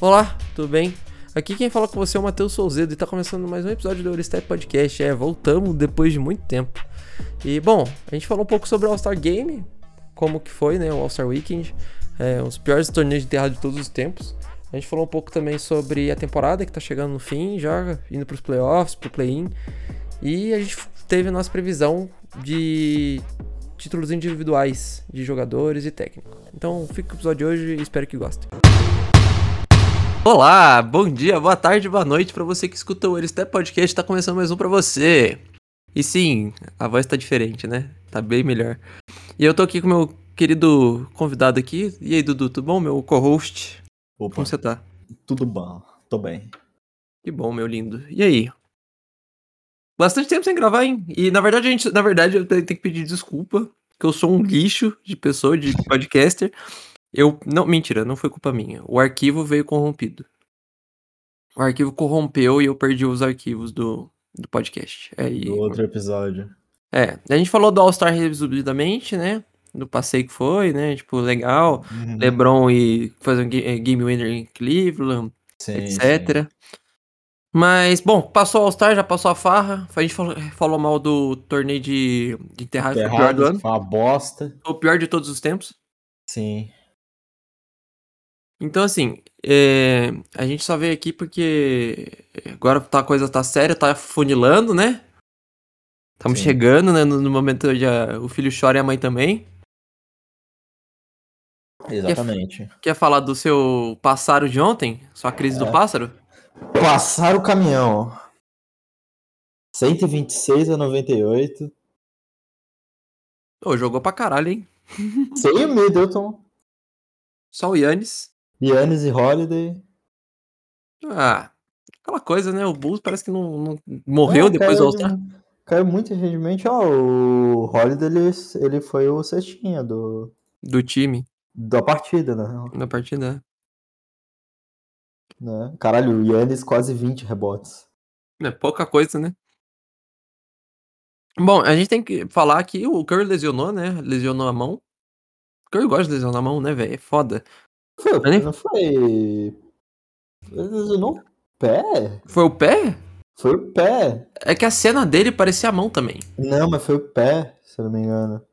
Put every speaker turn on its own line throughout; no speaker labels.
Olá, tudo bem? Aqui quem fala com você é o Matheus Souzedo e tá começando mais um episódio do Eurostep Podcast. É, voltamos depois de muito tempo. E bom, a gente falou um pouco sobre o All-Star Game, como que foi, né? O All-Star Weekend, é, os piores torneios de terra de todos os tempos. A gente falou um pouco também sobre a temporada que tá chegando no fim, já indo pros playoffs, pro play-in. E a gente teve a nossa previsão de títulos individuais de jogadores e técnico. Então fica com o episódio de hoje e espero que gostem. Olá, bom dia, boa tarde, boa noite para você que escuta o Elistep Podcast, tá começando mais um para você. E sim, a voz tá diferente, né? Tá bem melhor. E eu tô aqui com meu querido convidado aqui. E aí, Dudu, tudo bom? Meu co-host.
Opa,
Como você tá?
é tudo bom? Tô bem.
Que bom, meu lindo. E aí? Bastante tempo sem gravar, hein? E na verdade, a gente, na verdade, eu tenho tenho que pedir desculpa, que eu sou um lixo de pessoa, de podcaster. Eu. Não, mentira, não foi culpa minha. O arquivo veio corrompido. O arquivo corrompeu e eu perdi os arquivos do, do podcast. Aí,
No outro episódio.
É, a gente falou do All-Star resumidamente, né? Do passeio que foi, né? Tipo, legal.
Uhum.
LeBron e fazer um ga- eh, game winner em Cleveland
Sim, sim.
etc. Mas, bom, passou o All-Star, já passou a farra. A gente falou, falou mal do torneio de, de enterrado, foi o pior do
Tá Errado,
ano.
foi uma bosta.
Foi o pior de todos os tempos.
Sim.
Então, assim, é, a gente só veio aqui porque agora tá, a coisa tá séria, tá funilando, né? Estamos
Sim.
chegando, né? No, no momento onde a- o filho chora e a mãe também.
Exatamente.
Quer falar do seu pássaro de ontem? Sua crise do
É.
pássaro?
Passar o caminhão. 126 a 98.
Ô, jogou pra caralho, hein?
Sem o Middleton.
Só o Yannis.
Yannis e Holiday.
Ah, aquela coisa, né? O Bulls parece que não, não morreu
Ah,
depois do
caiu-
All-Star.
Caiu muito recentemente. Ó, o Holiday ele, ele foi o cestinha do,
do time
da partida, né?
na partida.
né? Caralho, o Yannis quase 20 rebotes.
É pouca coisa, né? Bom, a gente tem que falar que o Curry lesionou, né? Lesionou a mão. O Curry gosta de lesionar a mão, né, velho? É foda.
Foi,
Ele-
não foi. Ele lesionou o pé?
Foi o pé?
Foi o pé.
É que a cena dele parecia a mão também.
Não, mas foi o pé, se eu não me engano.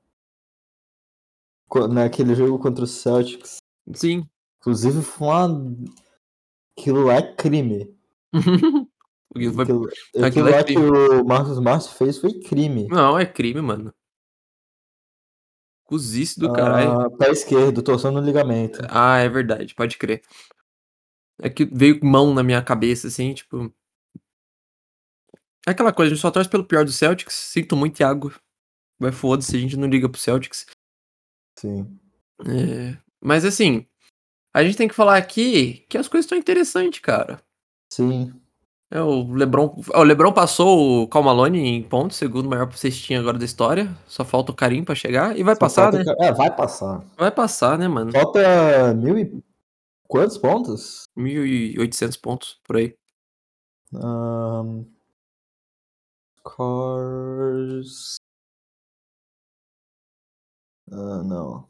Co- Naquele jogo contra o Celtics.
Sim.
Inclusive foi uma. Aquilo lá é crime.
Porque foi-
Aquilo,
Aquilo
aquilo
é
lá
crime.
que o Marcos Márcio fez foi crime.
Não, é crime, mano. Cozice do caralho.
Ah, pé esquerdo, torção no ligamento.
Ah, é verdade, pode crer. É que veio mão na minha cabeça, assim, tipo. É aquela coisa, a gente só torce pelo pior do Celtics. Sinto muito, Thiago. Vai foda-se, a gente não liga pro Celtics.
Sim.
É, Mas assim, a gente tem que falar aqui que as coisas estão interessantes, cara.
Sim.
É, o Lebron. ó, O Lebron passou o Cal Malone em pontos, segundo maior cestinha agora da história. Só falta o carinho pra chegar. E vai passar,
Falta-
né?
É, vai passar.
Vai passar, né, mano?
Falta mil e. Quantos pontos?
1.800 pontos por aí.
Um, cars. Ah, não.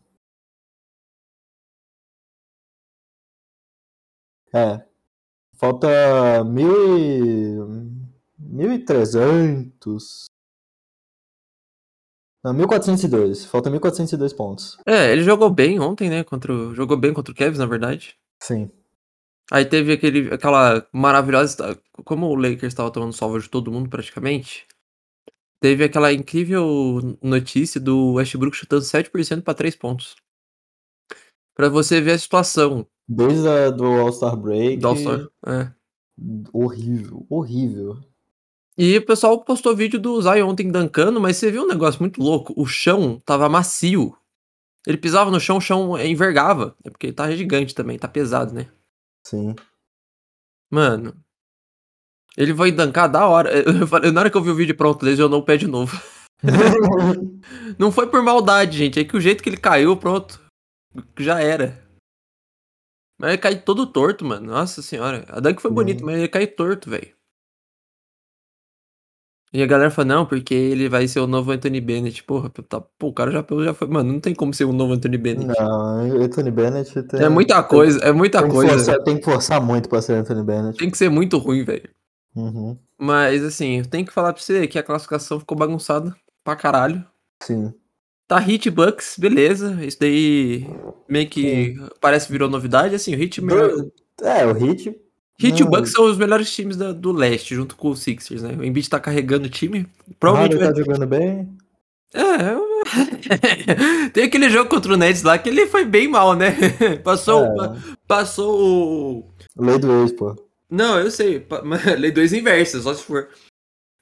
É. Falta mil e. Mil e trezentos. Não, 1402. Falta 1402 pontos.
É, ele jogou bem ontem, né? Contra o- Jogou bem contra o Cavs, na verdade.
Sim.
Aí teve aquele, aquela maravilhosa. esta- Como o Lakers estava tomando salva de todo mundo, praticamente. Teve aquela incrível notícia do Westbrook chutando 7% para 3 pontos. Pra você ver a situação
Desde a, do All-Star Break.
do All-Star. É.
Horrível, horrível.
E o pessoal postou vídeo do Zion ontem dancando, mas você viu um negócio muito louco. O chão tava macio. Ele pisava no chão, o chão envergava. É porque ele tá gigante também, tá pesado, né?
Sim.
Mano. Ele vai dancar da hora. Eu falei- na hora que eu vi o vídeo pronto, lesionou o pé de novo. Não foi por maldade, gente. É que o jeito que ele caiu, pronto. Já era. Mas ele caiu todo torto,
Uhum.
mano. Nossa senhora. A dunk foi
Sim.
bonita, mas ele caiu torto, velho. E a galera fala, não, porque ele vai ser o novo Anthony Bennett. Porra, tá, pô, o cara já, já foi. Mano, não tem como ser o novo Anthony Bennett.
Não, Anthony Bennett tem,
é muita coisa, é muita
tem que
coisa.
forçar- tem que forçar muito pra ser Anthony Bennett.
Tem que ser muito ruim, velho.
Uhum.
Mas assim, eu tenho que falar pra você que a classificação ficou bagunçada pra caralho.
Sim.
Tá Hit Bucks, beleza. Isso daí meio que parece que virou novidade. Assim, o Hit.
Bro- É, o Hit.
Hit e
Não.
Bucks são os melhores times da- do leste, junto com o Sixers, né? O Embiid tá carregando o time. Provavelmente vai...
Harden tá jogando bem.
É, eu- Tem aquele jogo contra o Nets lá que ele foi bem mal, né? passou, o-
É,
passou o.
lei do ex, pô.
Não, eu sei. pa- mas Lei dois inversas, só se for.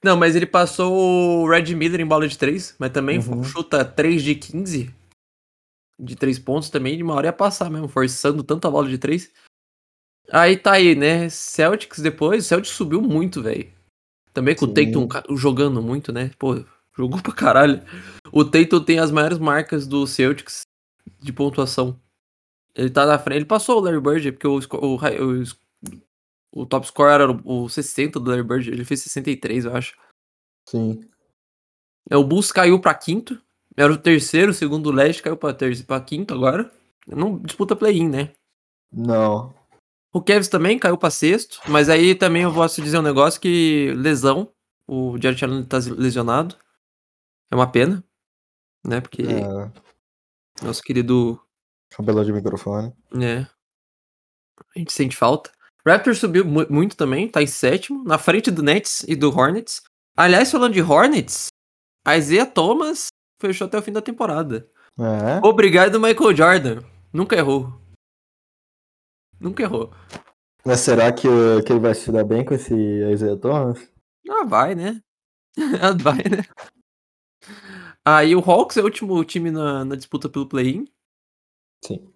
Não, mas ele passou o Red Miller em bola de 3, mas também
Uhum.
chuta 3 de 15. De 3 pontos também, de uma hora ia passar mesmo, forçando tanta bola de 3. Aí tá aí, né? Celtics depois, o Celtics subiu muito, velho. Também com o
Sim.
Tatum ca- jogando muito, né? Pô, jogou pra caralho. O Tatum tem as maiores marcas do Celtics de pontuação. Ele tá na frente, ele passou o Larry Bird, porque o, sco- o, ra- o s- o top score era o, o 60 do Larry Bird, ele fez 63, eu acho.
Sim.
É, o Bulls caiu pra quinto. Era o terceiro, o segundo do leste caiu pra, ter... pra quinto agora. Não disputa play-in, né?
Não.
O Cavs também caiu pra sexto, mas aí também eu posso dizer um negócio que lesão. O Jared Allen tá lesionado. É uma pena, né? Porque
É,
nosso querido,
cabelo de microfone.
né? A gente sente falta. Raptor subiu mu- muito também, tá em sétimo, na frente do Nets e do Hornets. Aliás, falando de Hornets, a Isaiah Thomas fechou até o fim da temporada.
É.
Obrigado, Michael Jordan. Nunca errou. Nunca errou.
Mas será que, o- que ele vai se dar bem com esse Isaiah Thomas?
Ah, vai, né? Ah, vai, né? Aí o Hawks é o último time na, na disputa pelo play-in.
Sim.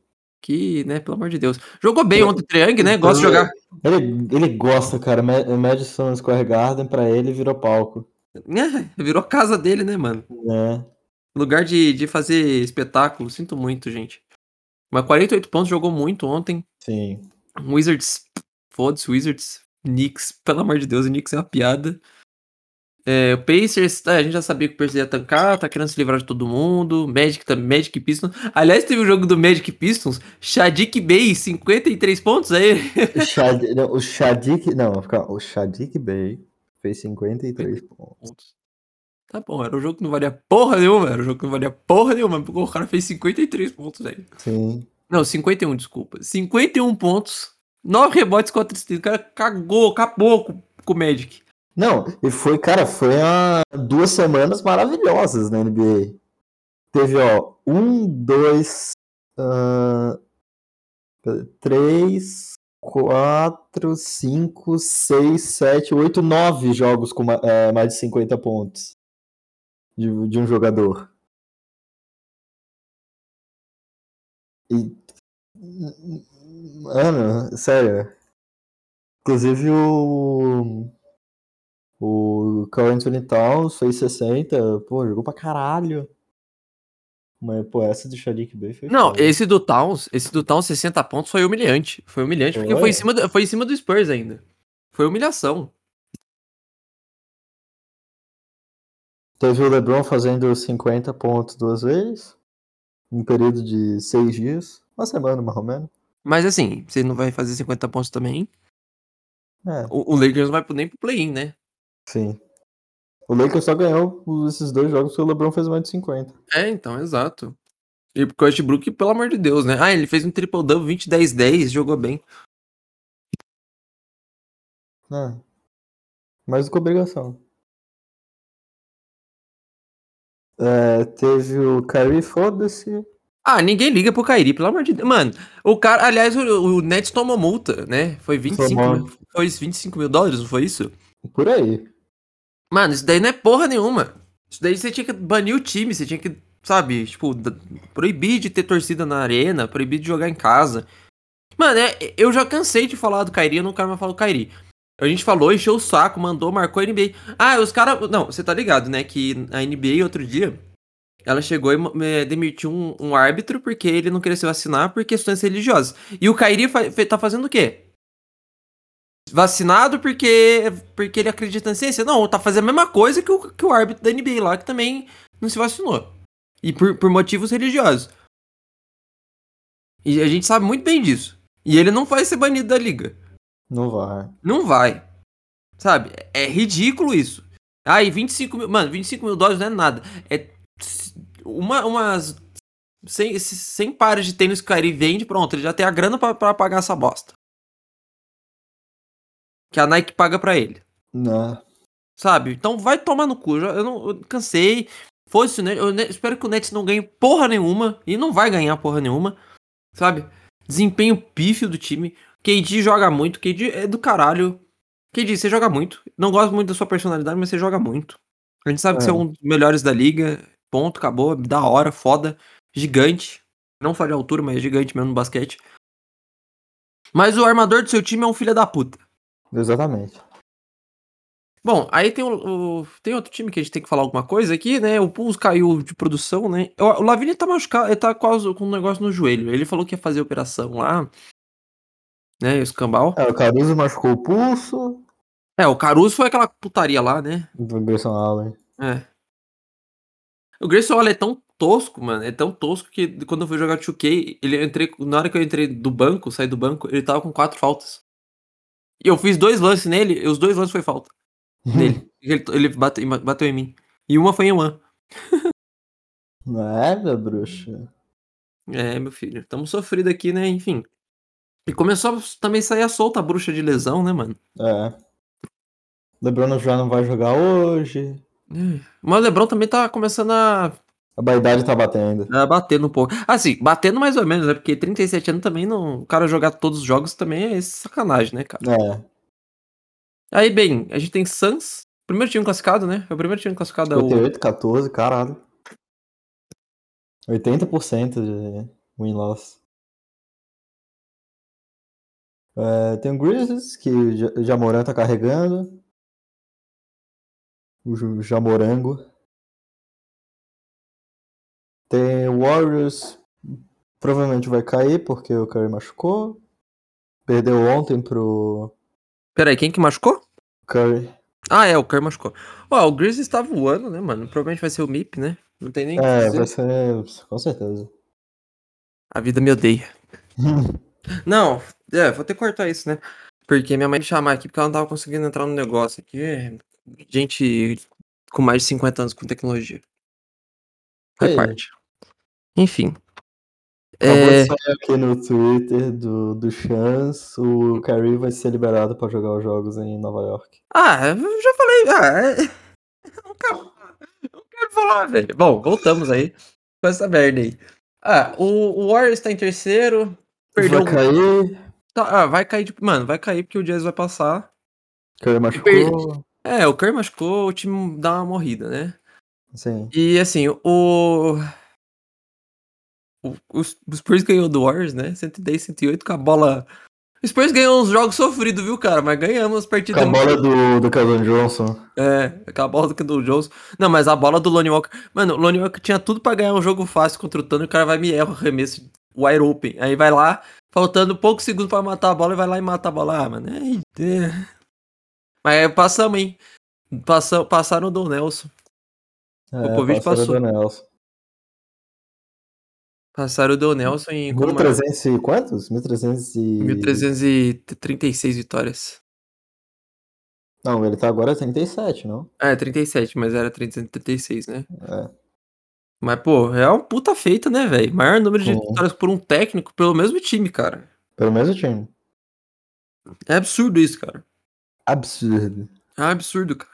Que, né, pelo amor de Deus. Jogou bem ontem o Triangle, né? Gosta de jogar.
Ele, ele gosta, cara. Ma- Madison Square Garden pra ele virou palco.
É, virou a casa dele, né, mano?
Né?
Lugar de, de fazer espetáculo. Sinto muito, gente. Mas 48 pontos, jogou muito ontem.
Sim.
Wizards, foda-se, Wizards. Knicks, pelo amor de Deus, o Knicks é uma piada. É, o Pacers, tá, a gente já sabia que o Pacers ia tancar, tá querendo se livrar de todo mundo. Magic também, Magic e Pistons. Aliás, teve o jogo do Magic e Pistons, Shadik Bay, 53 pontos aí.
O Shad- não, o Shadik. Não, fica- o Shadik Bay fez 53 pontos.
pontos. Tá bom, era um jogo que não valia porra nenhuma, era um jogo que não valia porra nenhuma, porque o cara fez 53 pontos aí.
Sim.
Não, 51, desculpa. 51 pontos, 9 rebotes, 4 assistências. O cara cagou, acabou com, com o Magic.
Não, e foi, cara, foi uma- duas semanas maravilhosas na NBA. Teve, ó, um, dois, ah, três, quatro, cinco, seis, sete, oito, nove jogos com ma- eh, mais de 50 pontos de, de um jogador. E. Mano, sério. Inclusive o. O Carl Anthony Towns fez 60, pô, jogou pra caralho. Mas, pô, essa do Shadik Bay foi.
Não,
foda.
esse do Towns, esse do Towns 60 pontos foi humilhante. Foi humilhante porque
Foi?
foi em cima do, foi em cima do Spurs ainda. Foi humilhação.
Teve o LeBron fazendo 50 pontos duas vezes, um período de seis dias, uma semana mais ou menos.
Mas assim, você não vai fazer 50 pontos também.
É,
O, o Lakers não vai pro- nem pro play-in, né?
sim. O Lakers só ganhou os- esses dois jogos que o LeBron fez mais de 50.
É, então, exato. E pro Westbrook, pelo amor de Deus, né? Ah, ele fez um triple-double 20-10-10, jogou bem.
É. Mais do que obrigação. É, teve o Kyrie, foda-se.
Ah, ninguém liga pro Kairi, pelo amor de Deus. Mano, o cara, aliás, o, o Nets tomou multa, né? Foi 25
Tomou.
mil, foi 25 mil dólares, não foi isso?
Por aí.
Mano, isso daí não é porra nenhuma. Isso daí você tinha que banir o time, você tinha que, sabe, tipo, d- proibir de ter torcida na arena, proibir de jogar em casa. Mano, é- eu já cansei de falar do Kairi, eu não quero mais falar do Kairi. A gente falou, encheu o saco, mandou, marcou a NBA. Ah, os caras. Não, você tá ligado, né? Que a NBA outro dia. Ela chegou e mo- eh, demitiu um, um árbitro porque ele não queria se vacinar por questões religiosas. E o Kairi fa fe- tá fazendo o quê? vacinado porque, porque ele acredita na ciência. Não, tá fazendo a mesma coisa que o, que o árbitro da NBA lá, que também não se vacinou. E por, por motivos religiosos. E a gente sabe muito bem disso. E ele não vai ser banido da liga.
Não vai.
Não vai. Sabe? É ridículo isso. Aí, 25 mil. Mano, 25 mil dólares não é nada. É uma, umas 100, 100 pares de tênis que o Kairi vende, pronto. Ele já tem a grana pra, pra pagar essa bosta. Que a Nike paga pra ele.
Não.
Sabe? Então vai tomar no cu. Eu, já- eu não eu cansei. Fosse o Nets. Eu ne- espero que o Nets não ganhe porra nenhuma. E não vai ganhar porra nenhuma. Sabe? Desempenho pífio do time. KD joga muito. KD é do caralho. KD, você joga muito. Não gosto muito da sua personalidade, mas você joga muito. A gente sabe que
É.
você é um dos melhores da liga. Ponto, acabou. Da hora, foda. Gigante. Não só de altura, mas gigante mesmo no basquete. Mas o armador do seu time é um filho da puta.
Exatamente.
Bom, aí tem, o, o- tem outro time que a gente tem que falar alguma coisa aqui, né? O Pulse caiu de produção, né? O, o Lavigne tá machucado, ele tá quase com um negócio no joelho. Ele falou que ia fazer operação lá, né? O escambau.
É, o Caruso machucou o pulso.
É, o Caruso foi aquela putaria lá, né?
Do Grayson Allen.
É. O Grayson Waller é tão tosco, mano. É tão tosco que quando eu fui jogar 2K, ele eu entrei, na hora que eu entrei do banco, saí do banco, ele tava com quatro faltas. E eu fiz dois lances nele, e os dois lances foi falta.
Uhum.
dele. Ele, ele bateu, bateu em mim. E uma foi em uma.
Não é, minha bruxa?
É, meu filho, estamos sofrido aqui, né? Enfim. E começou a também sair a solta a bruxa de lesão, né, mano?
É. Lembrando já não vai jogar hoje.
Mas o Lebron também tá começando a,
A Baidade tá batendo.
a bater no pouco. Assim, batendo mais ou menos, né? Porque 37 anos também não. O cara jogar todos os jogos também é sacanagem, né, cara?
É.
Aí, bem, a gente tem Suns. Primeiro time classificado, né? É o primeiro time classificado. é o-
58, 14, caralho. 80% de win-loss. É, tem o Grizzlies, que o Ja- o Jamoran tá carregando. O Ju- Jamorango. Tem o Warriors, provavelmente vai cair porque o Curry machucou. Perdeu ontem pro
Peraí, quem que machucou?
Curry.
Ah, é, o Kerr machucou. Ó, o Grizzlies tá voando, né, mano? Provavelmente vai ser o MIP, né? Não tem nem o que
É,
dizer.
vai ser. Com certeza.
A vida me odeia. Não, é, vou ter que cortar isso, né? Porque minha mãe me chamar aqui porque ela não tava conseguindo entrar no negócio aqui. é, Gente com mais de 50 anos com tecnologia. Foi
Ei.
parte. Enfim.
Acabou
É,
de sair aqui no Twitter do, do Chance, o Kyrie vai ser liberado pra jogar os jogos em Nova York.
Ah, eu já falei. Ah, é... eu não quero falar. eu não quero falar, velho. Bom, voltamos aí com essa merda aí. Ah, o, o Warriors tá em terceiro. Perdeu. um
Vai cair,
Tá, ah, vai cair. de- Mano, vai cair porque o Jazz vai passar.
Kyrie machucou,
É, o Kerr machucou, o time dá uma morrida, né?
sim.
E assim, o. o- Os os Spurs ganhou do Warriors, né? 110, 108, com a bola. O Spurs ganhou uns jogos sofridos, viu, cara? Mas ganhamos as
Com
partidas.
a bola do, do Kevin Johnson.
É, com a bola do, do Jones. Não, mas a bola do Lonnie Walker. Mano, o Lonnie Walker tinha tudo pra ganhar um jogo fácil contra o Thunder. O cara vai me erra o arremesso wide open. Aí vai lá, faltando poucos segundos pra matar a bola, e vai lá e mata a bola. Ah, mano, é. é. Mas é, passamos, hein? Passa- passaram o Don Nelson.
É,
Popovich
parceiro
passou.
do Nelson.
Passaram o
Hum,
Don Nelson em. como é?
1300 e quantos? 1300 e...
1336 vitórias.
Não, ele tá agora 37, não?
Ah, É, 37, mas era 336, né?
É.
Mas, pô, é uma puta feita, né, velho? Maior número de
Sim.
vitórias por um técnico pelo mesmo time, cara.
Pelo mesmo time.
É absurdo isso, cara.
Absurdo.
É absurdo, cara.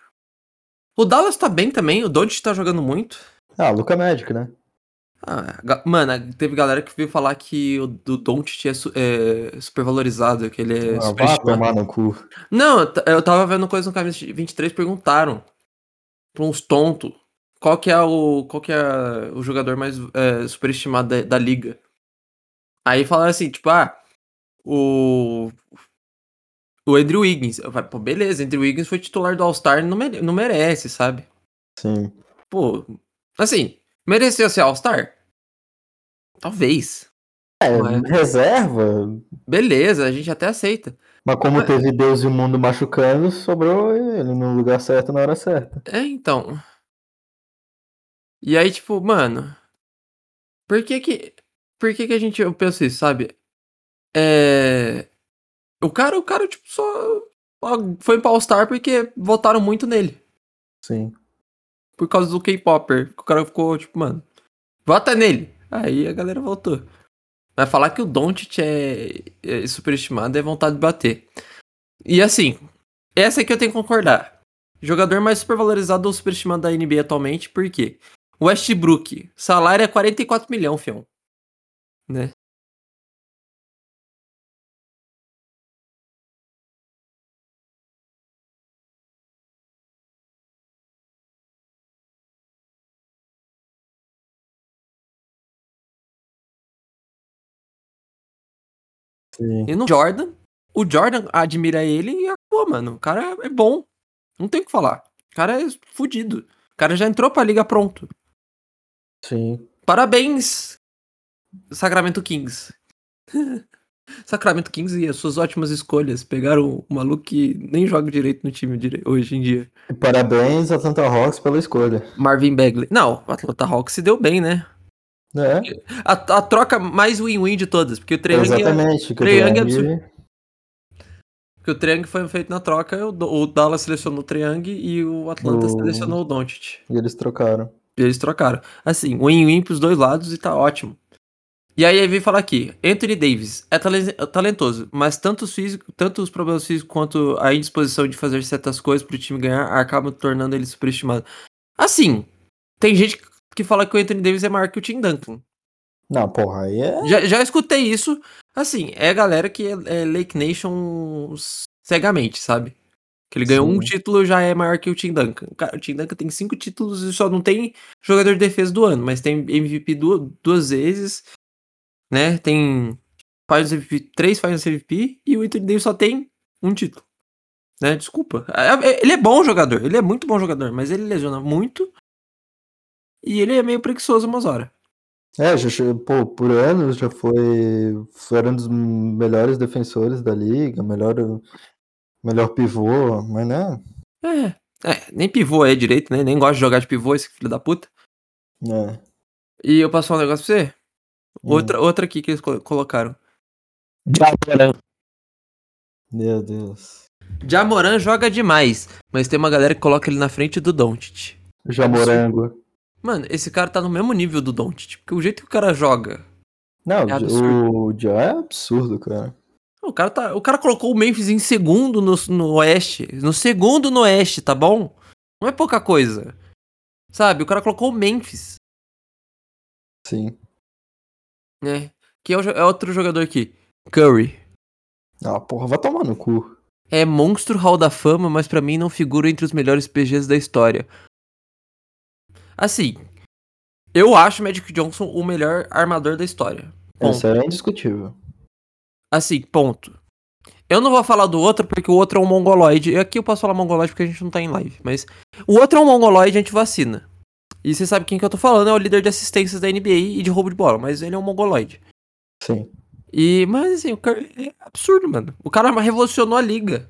O Dallas tá bem também, o Dodge tá jogando muito.
Ah, Luca Magic, né?
Ah, ga- mano, teve galera que veio falar que o do Don't é, su- é supervalorizado, que ele é
ah, vai
superestimado.
tomar no cu.
Não, eu ta- eu tava vendo coisa no Camisa 23, perguntaram pra uns tontos qual que é o, qual que é o jogador mais é, superestimado da, da liga. Aí falaram assim, tipo, ah, o o Andrew Wiggins. Eu falei, pô, beleza, Andrew Wiggins foi titular do All-Star, não, mere- não merece, sabe?
Sim.
Pô, assim, mereceu ser All-Star? Talvez.
É,
Mas-
reserva?
é? Beleza, a gente até aceita.
Mas como teve Deus e o mundo machucando, sobrou ele no lugar certo na hora certa.
É, então. E aí, tipo, mano. Por que que. Por que que a gente. Eu penso isso, sabe? É. O cara, o cara, tipo, só. Foi pra All-Star porque votaram muito nele.
Sim.
Por causa do K-Popper. O cara ficou, tipo, mano. Vota nele! Aí a galera voltou. Mas falar que o Doncic é, é superestimado é vontade de bater. E assim, essa aqui eu tenho que concordar. Jogador mais supervalorizado ou superestimado da NBA atualmente, por quê? Westbrook, salário é 44 milhões, fião. Né?
Sim.
E no Jordan, o Jordan admira ele e acabou, mano. O cara é bom. Não tem o que falar. O cara é fudido. O cara já entrou pra liga pronto.
Sim.
Parabéns, Sacramento Kings. Sacramento Kings e as suas ótimas escolhas. Pegaram o maluco que nem joga direito no time dire- hoje em dia.
E parabéns a Atlanta Hawks pela escolha.
Marvin Bagley. Não, o Atlanta Hawks se deu bem, né?
É,
A, a troca mais win-win de todas, porque o Trae Young é-
exatamente. que o
Trae Young é
Young-
porque o Trae Young foi feito na troca, o, Do- o Dallas selecionou o Trae Young e o Atlanta
O-
selecionou o Doncic.
E eles trocaram.
E eles trocaram. Assim, win-win pros dois lados e tá ótimo. E aí ele veio falar aqui, Anthony Davis é talen- talentoso, mas tanto os, físico, tanto os problemas físicos quanto a indisposição de fazer certas coisas pro time ganhar acabam tornando ele superestimado. Assim, tem gente que fala que o Anthony Davis é maior que o Tim Duncan.
Não, porra, aí é.
Já, já escutei isso, assim, é galera que é, é Lake Nation cegamente, sabe? Que ele ganhou
Sim.
um título já é maior que o Tim Duncan. O cara- O Tim Duncan tem cinco títulos e só não tem jogador de defesa do ano, mas tem MVP du- duas vezes, né? Tem Finals MVP, três Finals MVP e o Anthony Davis só tem um título. Né? Desculpa. É- é- Ele é bom jogador, ele é muito bom jogador, mas ele lesiona muito e ele é meio preguiçoso umas horas.
É, já, che- pô, por anos já foi. Era um dos melhores defensores da liga, melhor, melhor pivô, mas né?
É, é, nem pivô é direito, né? Nem gosta de jogar de pivô, esse filho da puta.
né
E eu passo um negócio pra você?
Hum.
Outra, outra aqui que eles colo- colocaram.
Meu Deus.
Jamoran joga demais, mas tem uma galera que coloca ele na frente do Doncic.
Já morango.
Mano, esse cara tá no mesmo nível do Doncic, porque o jeito que o cara joga,
Não,
É
o Já é absurdo, cara.
o cara tá, o cara colocou o Memphis em segundo no, no Oeste, no segundo no Oeste, tá bom? Não é pouca coisa. Sabe, o cara colocou o Memphis,
Sim.
né? Que é, o jo- é outro jogador aqui, Curry.
Ah, porra, vai tomar no cu.
É monstro Hall da Fama, mas pra mim não figura entre os melhores PGs da história. Assim, eu acho o Magic Johnson o melhor armador da história. Bom.
Isso é indiscutível.
Assim, ponto. Eu não vou falar do outro porque o outro é um mongoloide. E aqui eu posso falar mongoloide porque a gente não tá em live. Mas o outro é um mongoloide antivacina. E você sabe quem que eu tô falando, é o líder de assistências da NBA e de roubo de bola. Mas ele é um mongoloide.
Sim.
E, mas assim, o cara é absurdo, mano. O cara revolucionou a liga.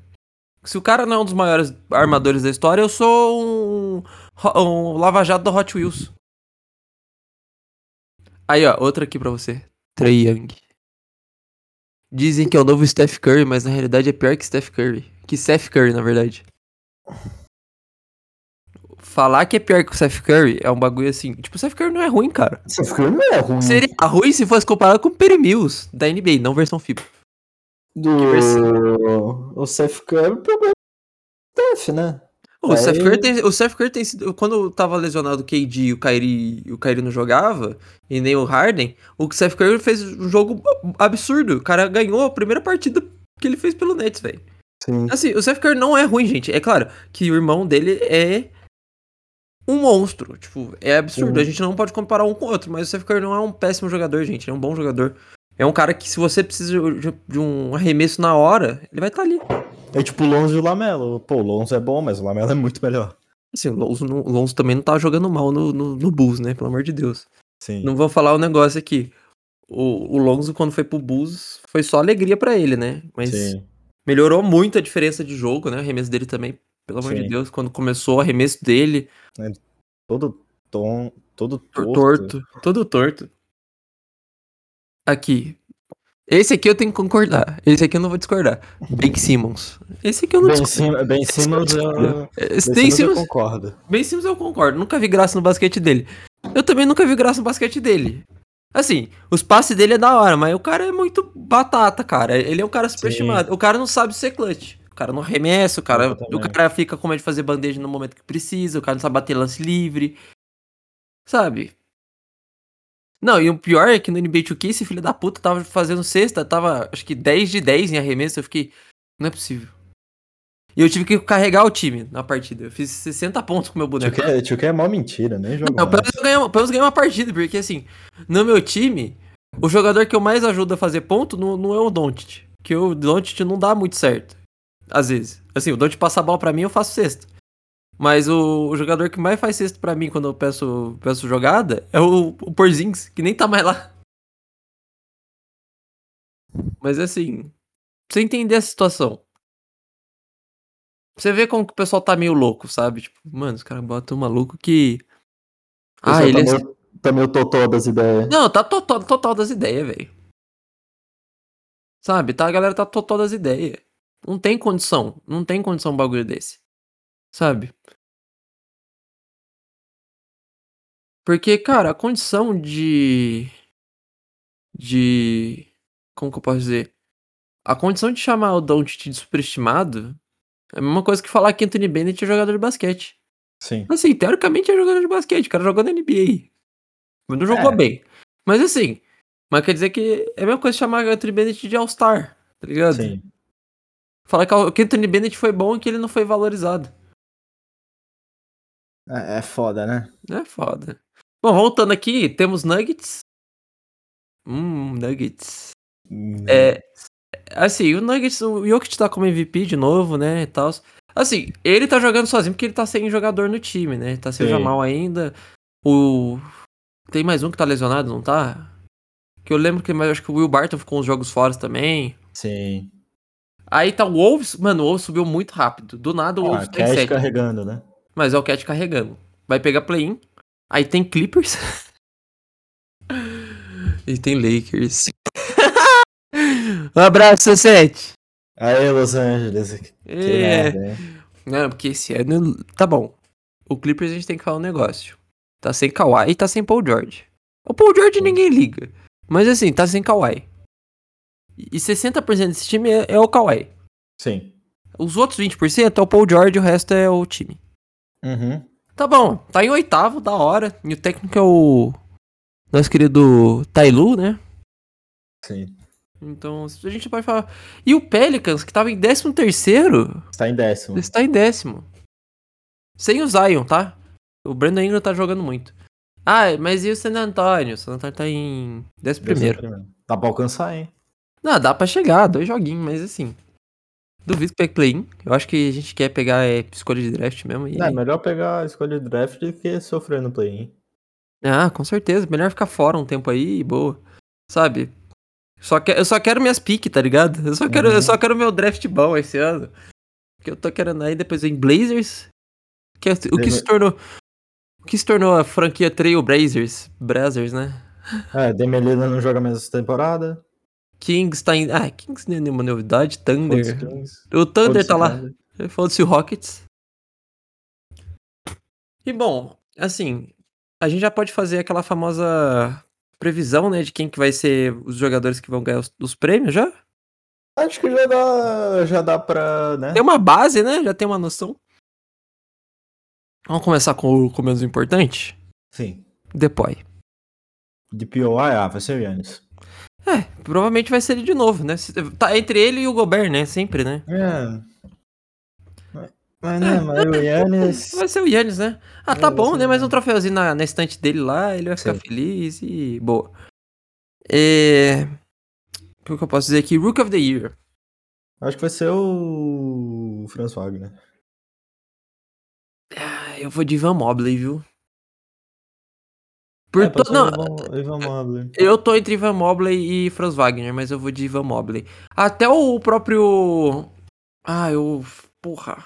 Se o cara não é um dos maiores armadores da história, eu sou um, ro- um lava-jato do Hot Wheels. Aí, ó, outra aqui pra você. Trey Young. Dizem que é o novo Steph Curry, mas na realidade é pior que Steph Curry. Que Steph Curry, na verdade. Falar que é pior que o Steph Curry é um bagulho assim. Tipo, o Steph Curry não é ruim, cara.
Esse filme não é ruim.
Seria ruim se fosse comparado com o Perry Mills da NBA, não versão FIBA.
Do... O Seth Curry, o problema é o Steph, né?
O,
Aí-
Steph Curry tem, o Steph Curry tem sido. Quando tava lesionado o KD e o Kyrie, e o Kyrie não jogava, e nem o Harden, o Steph Curry fez um jogo absurdo. O cara ganhou a primeira partida que ele fez pelo Nets, velho.
Sim.
Assim, o Steph Curry não é ruim, gente. É claro que o irmão dele é um monstro. Tipo, é absurdo.
Uhum.
A gente não pode comparar um com o outro, mas o Steph Curry não é um péssimo jogador, gente. Ele é um bom jogador. É um cara que, se você precisa de- de um arremesso na hora, ele vai estar ali.
É tipo o Lonzo e o Lamelo. Pô, o Lonzo é bom, mas o Lamelo é muito melhor.
Assim, o Lonzo, não- o Lonzo também não tava jogando mal no, no, no Bulls, né? Pelo amor de Deus.
Sim.
Não vou falar um negócio aqui. O, o Lonzo, quando foi pro Bulls, foi só alegria pra ele, né? Mas,
Sim.
Melhorou muito a diferença de jogo, né? O arremesso dele também, pelo amor
Sim.
de Deus, quando começou o arremesso dele,
Todo tom, todo torto.
torto, todo torto. Aqui. Esse aqui eu tenho que concordar. Esse aqui eu não vou discordar. Ben Simmons. Esse aqui eu não
Bem em
discordo.
cima, bem em cima eu,
Esse
bem
tem
em cima eu
Simmons,
concordo.
Ben Simmons eu concordo, nunca vi graça no basquete dele. Eu também nunca vi graça no basquete dele. Assim, os passes dele é da hora, mas o cara é muito batata, cara. Ele é um cara superestimado. O cara não sabe ser clutch. O cara não arremessa, o cara, o
Exatamente.
cara fica com medo de fazer bandeja no momento que precisa, o cara não sabe bater lance livre. Sabe? Não, e o pior é que no NBA 2K esse filho da puta tava fazendo sexta, tava acho que 10 de 10 em arremesso, eu fiquei, não é possível. E eu tive que carregar o time na partida. Eu fiz 60 pontos com o meu boneco.
Tio é, tio K é mó mentira, nem jogo.
Né? Não,
mais.
pelo
né?
menos eu ganhei, uma- pelo menos eu ganhei uma partida, porque assim, no meu time, o jogador que eu mais ajudo a fazer ponto não, não é o Doncic. Que o Doncic não dá muito certo. Às vezes. Assim, o Doncic passa a bola pra mim, eu faço sexto. Mas o, o jogador que mais faz sexto pra mim quando eu peço, peço jogada é o, o Porzingis, que nem tá mais lá. Mas assim, pra você entender a situação. Você vê como que o pessoal tá meio louco, sabe? Tipo, mano, os caras botam um maluco que. Ah,
Pessoal
ele é.
tá meio, tá meio totó das ideias.
Não, tá total, total das ideias, velho. Sabe, tá, a galera tá total das ideias. Não tem condição. Não tem condição um bagulho desse. Sabe? Porque, cara, a condição de. De. Como que eu posso dizer? A condição de chamar o Doncic de superestimado é a mesma coisa que falar que Anthony Bennett é jogador de basquete.
Sim.
Assim, teoricamente é jogador de basquete, o cara jogou na NBA. Mas não jogou
É.
bem. Mas assim, mas quer dizer que é a mesma coisa chamar Anthony Bennett de All-Star, tá ligado?
Sim.
Falar que o que Anthony Bennett foi bom e que ele não foi valorizado.
É, é foda, né?
É foda. Bom, voltando aqui, temos Nuggets. Hum, Nuggets.
Hum,
É. Assim, o Nuggets, o Jokic tá como MVP de novo, né, e tal. Assim, ele tá jogando sozinho porque ele tá sem jogador no time, né? Tá sem
Sim.
Jamal ainda. O... Tem mais um que tá lesionado, não tá? Que eu lembro que mas acho que o Will Barton ficou uns jogos fora também.
Sim.
Aí tá o Wolves. Mano, o Wolves subiu muito rápido. Do nada o
Ah,
Wolves tá em
Cash
sétimo.
carregando, né?
Mas é o Cat carregando. Vai pegar play-in. Aí tem Clippers. e tem Lakers. um abraço, Sete.
Aê, Los Angeles. Que
É.
É.
merda, hein?
Não, porque esse ano. Tá bom. O Clippers a gente tem que falar um negócio. Tá sem Kawhi e tá sem Paul George. O Paul George ninguém liga. Mas assim, tá sem Kawhi. E 60% desse time é, é o Kawhi.
Sim.
Os outros 20% é o Paul George e o resto é o time.
Uhum.
Tá bom, tá em oitavo, da hora. E o técnico é o nosso querido Tailu, né?
Sim.
Então a gente pode falar. E o Pelicans, que tava em 13 terceiro,
Está em décimo.
Ele está em décimo. Sem o Zion, tá? O Brandon Ingram tá jogando muito. Ah, mas e o San Antonio? O San Antonio tá em décimo primeiro.
Dá pra alcançar, hein?
Não, dá pra chegar, dois joguinhos, mas assim. Duvido que pegue play-in. Eu acho que a gente quer pegar é, escolha de draft mesmo. e-
Não, é melhor pegar a escolha de draft do que sofrer no play-in.
Ah, com certeza. Melhor ficar fora um tempo aí e boa. Sabe? Só que, eu só quero minhas piques, tá ligado? Eu só quero,
Uhum.
eu só quero meu draft bom esse ano. Que eu tô querendo aí, depois vem Blazers. Que é, o que se tornou. O que se tornou a franquia Trail Blazers? Blazers, né?
É, Demelina não joga mais essa temporada.
Kings tá em. Ah, Kings não é nenhuma novidade.
Outros
Thunder.
times.
O Thunder
Outros
tá
né?
lá.
times.
Foda-se o Rockets. E bom, assim, a gente já pode fazer aquela famosa previsão, né, de quem que vai ser os jogadores que vão ganhar os, os prêmios já?
Acho que já dá, já dá pra,
É.
né?
Tem uma base, né? Já tem uma noção. Vamos começar com o com o menos importante?
Sim.
Depois.
De POI, ah, vai ser o Yannis.
É, provavelmente vai ser ele de novo, né? Se- Tá entre ele e o Gobert, né? Sempre, né?
É. Mas, né, mas o Yannis...
Vai ser o Yannis, né? Ah, tá
Vai
bom,
ser
né?
o
Mais um troféuzinho na, na estante dele lá, ele vai ficar
Sim.
feliz e boa. É... O que eu posso dizer aqui? Rook of the Year.
Acho que vai ser o né? Franz Wagner.
Ah, eu vou de Ivan Mobley, viu? Por
É,
to-
pode ser o
não,
Ivan- Ivan Mobley.
eu tô entre Ivan Mobley e Franz Wagner, mas eu vou de Ivan Mobley. Até o próprio
Ah, eu. Porra.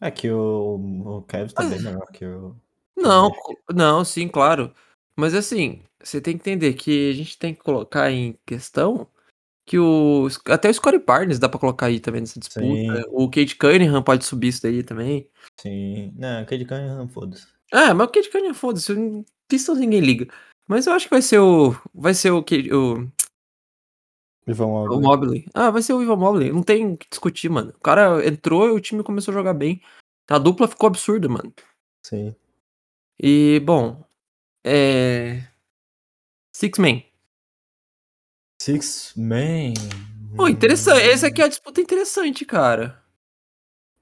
É que o, o Cavs tá bem melhor que o. Uhum.
Não, não, sim, claro. Mas assim, você tem que entender que a gente tem que colocar em questão que o. Até o Scottie Barnes dá pra colocar aí também nessa disputa.
Sim.
O Kate Cunningham pode subir isso daí também.
Sim. Não, o Cade Cunningham, foda-se.
Ah, mas o Kate Cunningham, foda-se, o Pistons ninguém liga. Mas eu acho que vai ser o. Vai ser o Kate. O,
Ivan
o
Mobley.
Mobley. Ah, vai ser o Ivan Mobley. Não tem o que discutir, mano. O cara entrou e o time começou a jogar bem. A dupla ficou absurda, mano.
Sim.
E, bom. É. Six Man.
Six Man.
Pô, interessante. Essa aqui é a disputa interessante, cara.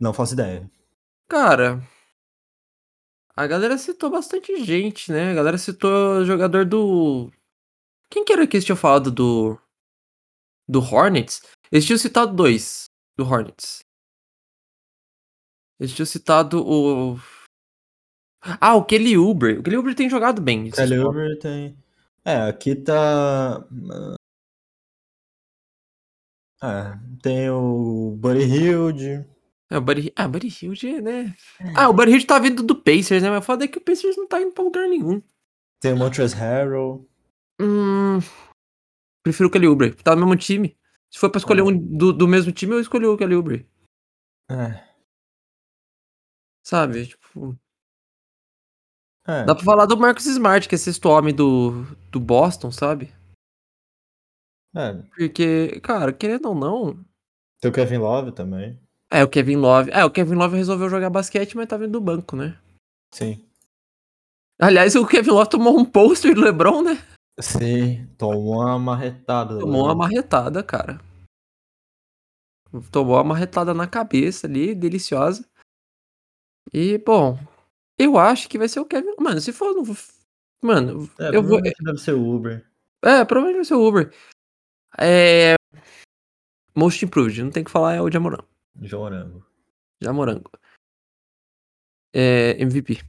Não faço ideia.
Cara. A galera citou bastante gente, né? A galera citou jogador do. Quem que era que eles tinham falado do. Do Hornets? Eles tinham citado dois do Hornets. Eles tinham citado o. Ah, o Kelly Uber. O Kelly Uber tem jogado bem. esses jogos.
Calibre tem. É, aqui tá. Ah, tem o Buddy Hilde.
É, o Buddy, ah, o Buddy Hilde, né? Ah, o Buddy Hilde tá vindo do Pacers, né? Mas foda é que o Pacers não tá indo pra lugar nenhum.
Tem o Montrezl Harrell.
Hum. Prefiro o Kelly Oubre. Tá no mesmo time. Se for pra escolher um do, do mesmo time, eu escolhi o Kelly Oubre.
É.
Sabe? Tipo,
é.
dá pra falar do Marcus Smart, que é sexto homem do, do Boston, sabe?
É,
Porque, cara, querendo ou não.
Tem o Kevin Love também.
É, o Kevin Love. É, o Kevin Love resolveu jogar basquete, mas tá vindo do banco, né?
Sim.
Aliás, o Kevin Love tomou um pôster do LeBron, né?
Sim, tomou uma marretada.
Tomou uma marretada, cara. Tomou uma marretada na cabeça ali, deliciosa. E, bom, eu acho que vai ser o Kevin. Mano, se for. não vou- Mano,
É,
eu vou.
provavelmente Deve ser o Uber.
É, provavelmente vai ser o Uber. É. Most Improved, não tem o que falar, é o Jamoran.
Jorango.
Jamorango. É. MVP.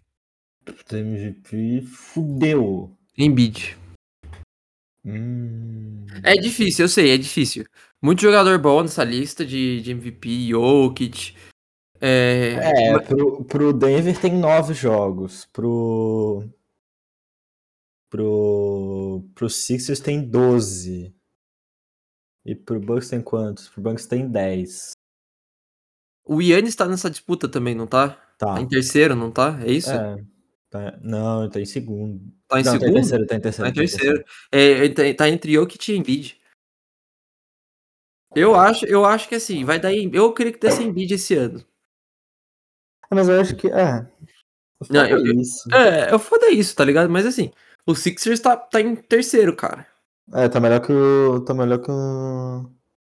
MVP fudeu.
Embiid.
Hum.
É difícil, eu sei, é difícil. Muito jogador bom nessa lista de, de MVP, Jokic. É.
É, pro, pro Denver tem nove jogos. Pro. Pro. Pro Sixers tem 12. E pro Bucks tem quantos? Pro Bucks tem 10.
O Yannis tá nessa disputa também, não tá?
Tá.
Tá em terceiro, não tá? É isso?
É, tá- Não, tá em segundo.
Tá em
não, tá em
segundo?
terceiro, tá em terceiro.
Tá em terceiro. É, ele tá- tá entre Jokic e Embiid. Eu acho, eu acho que assim, vai dar em- Eu queria que desse Embiid esse ano.
Ah, Mas eu acho que. É.
Não,
Foda
eu- eu-
isso.
É, eu foda isso, tá ligado? Mas assim, o Sixers tá, tá em terceiro, cara.
É, tá melhor que o. Tá melhor que o. né?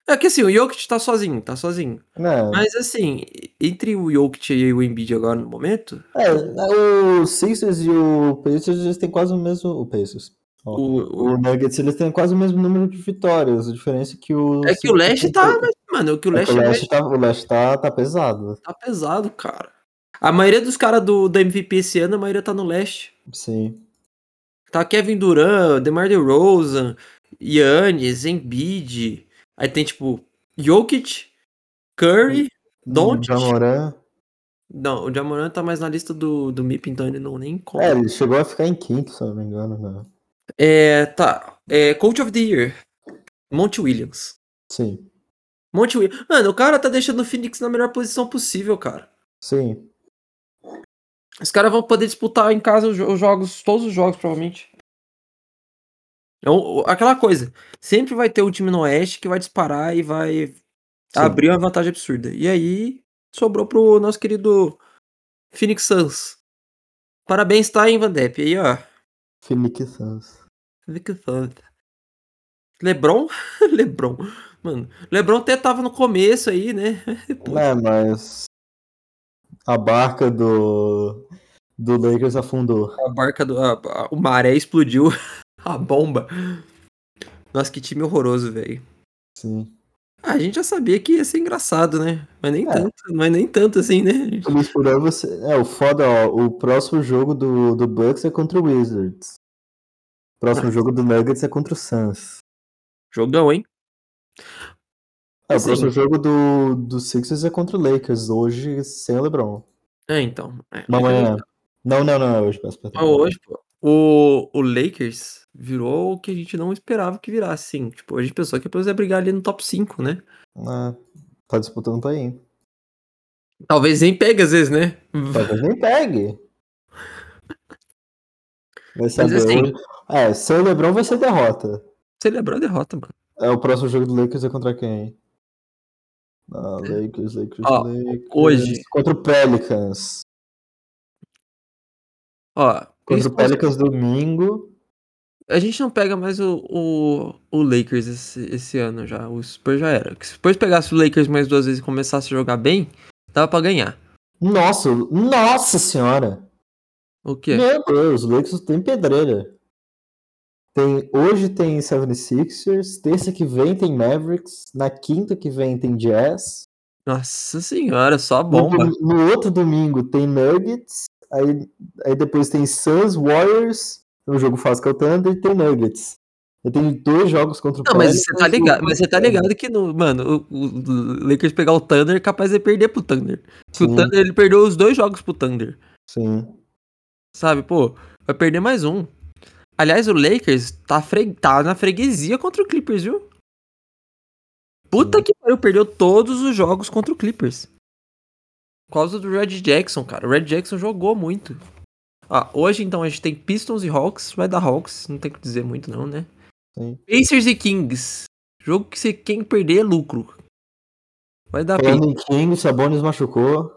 É que assim, o Jokic tá sozinho, tá sozinho.
Não.
Mas assim, entre o Jokic e o Embiid agora no momento,
É, o Sixers e o Pacers eles têm quase o mesmo. O Pacers. Ó,
O-
O, Nuggets eles têm quase o mesmo número de vitórias. A diferença é que o.
é que o
Sixers
Leste
tem-
tá. Mas, mano, o que o
é que
Leste
o
é
Leste, tá, o Leste tá, tá pesado.
Tá pesado, cara. A maioria dos caras do, da MVP esse ano, a maioria tá no leste.
Sim.
Tá Kevin Durant, DeMar DeRozan, Yannis, Embiid. Aí tem, tipo, Jokic, Curry, Doncic.
Jamoran.
Não, o Jamoran tá mais na lista do, do MIP, então ele não nem
É,
conta.
ele chegou a ficar em quinto, se eu não me engano. Né?
É, tá. É, Coach of the Year, Monte Williams.
Sim.
Monte Williams. Mano, o cara tá deixando o Phoenix na melhor posição possível, cara.
Sim.
Os caras vão poder disputar em casa os jo- os jogos, todos os jogos, provavelmente. É um- o- aquela coisa. Sempre vai ter um time no Oeste que vai disparar e vai abrir uma vantagem absurda. E aí, sobrou pro nosso querido Phoenix Suns. Parabéns, tá, hein, Van Depp? Aí, ó.
Felipe Sanz.
Phoenix Suns. Lebron? Lebron. Mano, Lebron até tava no começo aí, né?
É, mas. A barca do. Do Lakers afundou.
A barca do. a- a- o maré explodiu. a bomba. Nossa, que time horroroso, velho.
Sim.
Ah, a gente já sabia que ia ser engraçado, né? Mas nem
É.
tanto, mas nem tanto assim, né? A gente-
Feliz por aí, você. É, o foda, ó. O próximo jogo do, do Bucks é contra o Wizards. Próximo jogo do Nuggets é contra o Suns.
Jogão, hein?
É, o
Assim.
próximo jogo do, do Sixers é contra o Lakers, hoje sem o LeBron.
É, então. É,
Não, amanhã. Não, não, não, é hoje, peço perdão.
Mas Ah, hoje, pô, o, o Lakers virou o que a gente não esperava que virasse, sim. Tipo, a gente pensou que pelo menos ia brigar ali no top 5, né?
Ah, tá disputando pra ir.
Talvez nem pegue às vezes, né?
Talvez nem pegue. Vai
Mas
saber.
assim,
hoje. É, sem o LeBron vai ser derrota.
celebrou a derrota, mano.
É, o próximo jogo do Lakers é contra quem? Ah, Lakers, Lakers,
Ó,
Lakers.
hoje-
Contra o Pelicans.
Ó,
Contra o
principalmente-
Pelicans domingo.
A gente não pega mais o, o, o Lakers esse, esse ano já. O Spurs já era. Que Se o Spurs pegasse o Lakers mais duas vezes e começasse a jogar bem, dava pra ganhar.
Nossa, nossa senhora!
O quê?
Meu Deus, o Lakers tem pedreira. Tem, hoje tem 76ers, terça que vem tem Mavericks, na quinta que vem tem Jazz,
Nossa senhora, só
No
bomba.
dom- No, outro domingo tem Nuggets, aí, aí depois tem Suns, Warriors, é um jogo fácil que é o Thunder, e tem Nuggets. Eu tenho dois jogos contra o
Não, mas
Pelicans,
você tá ligado, mas você tá ligado que no, mano, o, o Lakers pegar o Thunder é capaz de perder pro Thunder. Se o
Sim.
Thunder ele perdeu os dois jogos pro Thunder,
Sim.
sabe? Pô, vai perder mais um. Aliás, o Lakers tá, fre- tá na freguesia contra o Clippers, viu? Puta
Uhum.
que pariu, perdeu todos os jogos contra o Clippers. Por causa do Red Jackson, cara. O Red Jackson jogou muito. Ah, hoje então a gente tem Pistons e Hawks. Vai dar Hawks, não tem o que dizer muito não, né?
Sim.
Pacers e Kings. Jogo que você quem perder é lucro. Vai dar Pacers.
Falando em King, Sabonis machucou,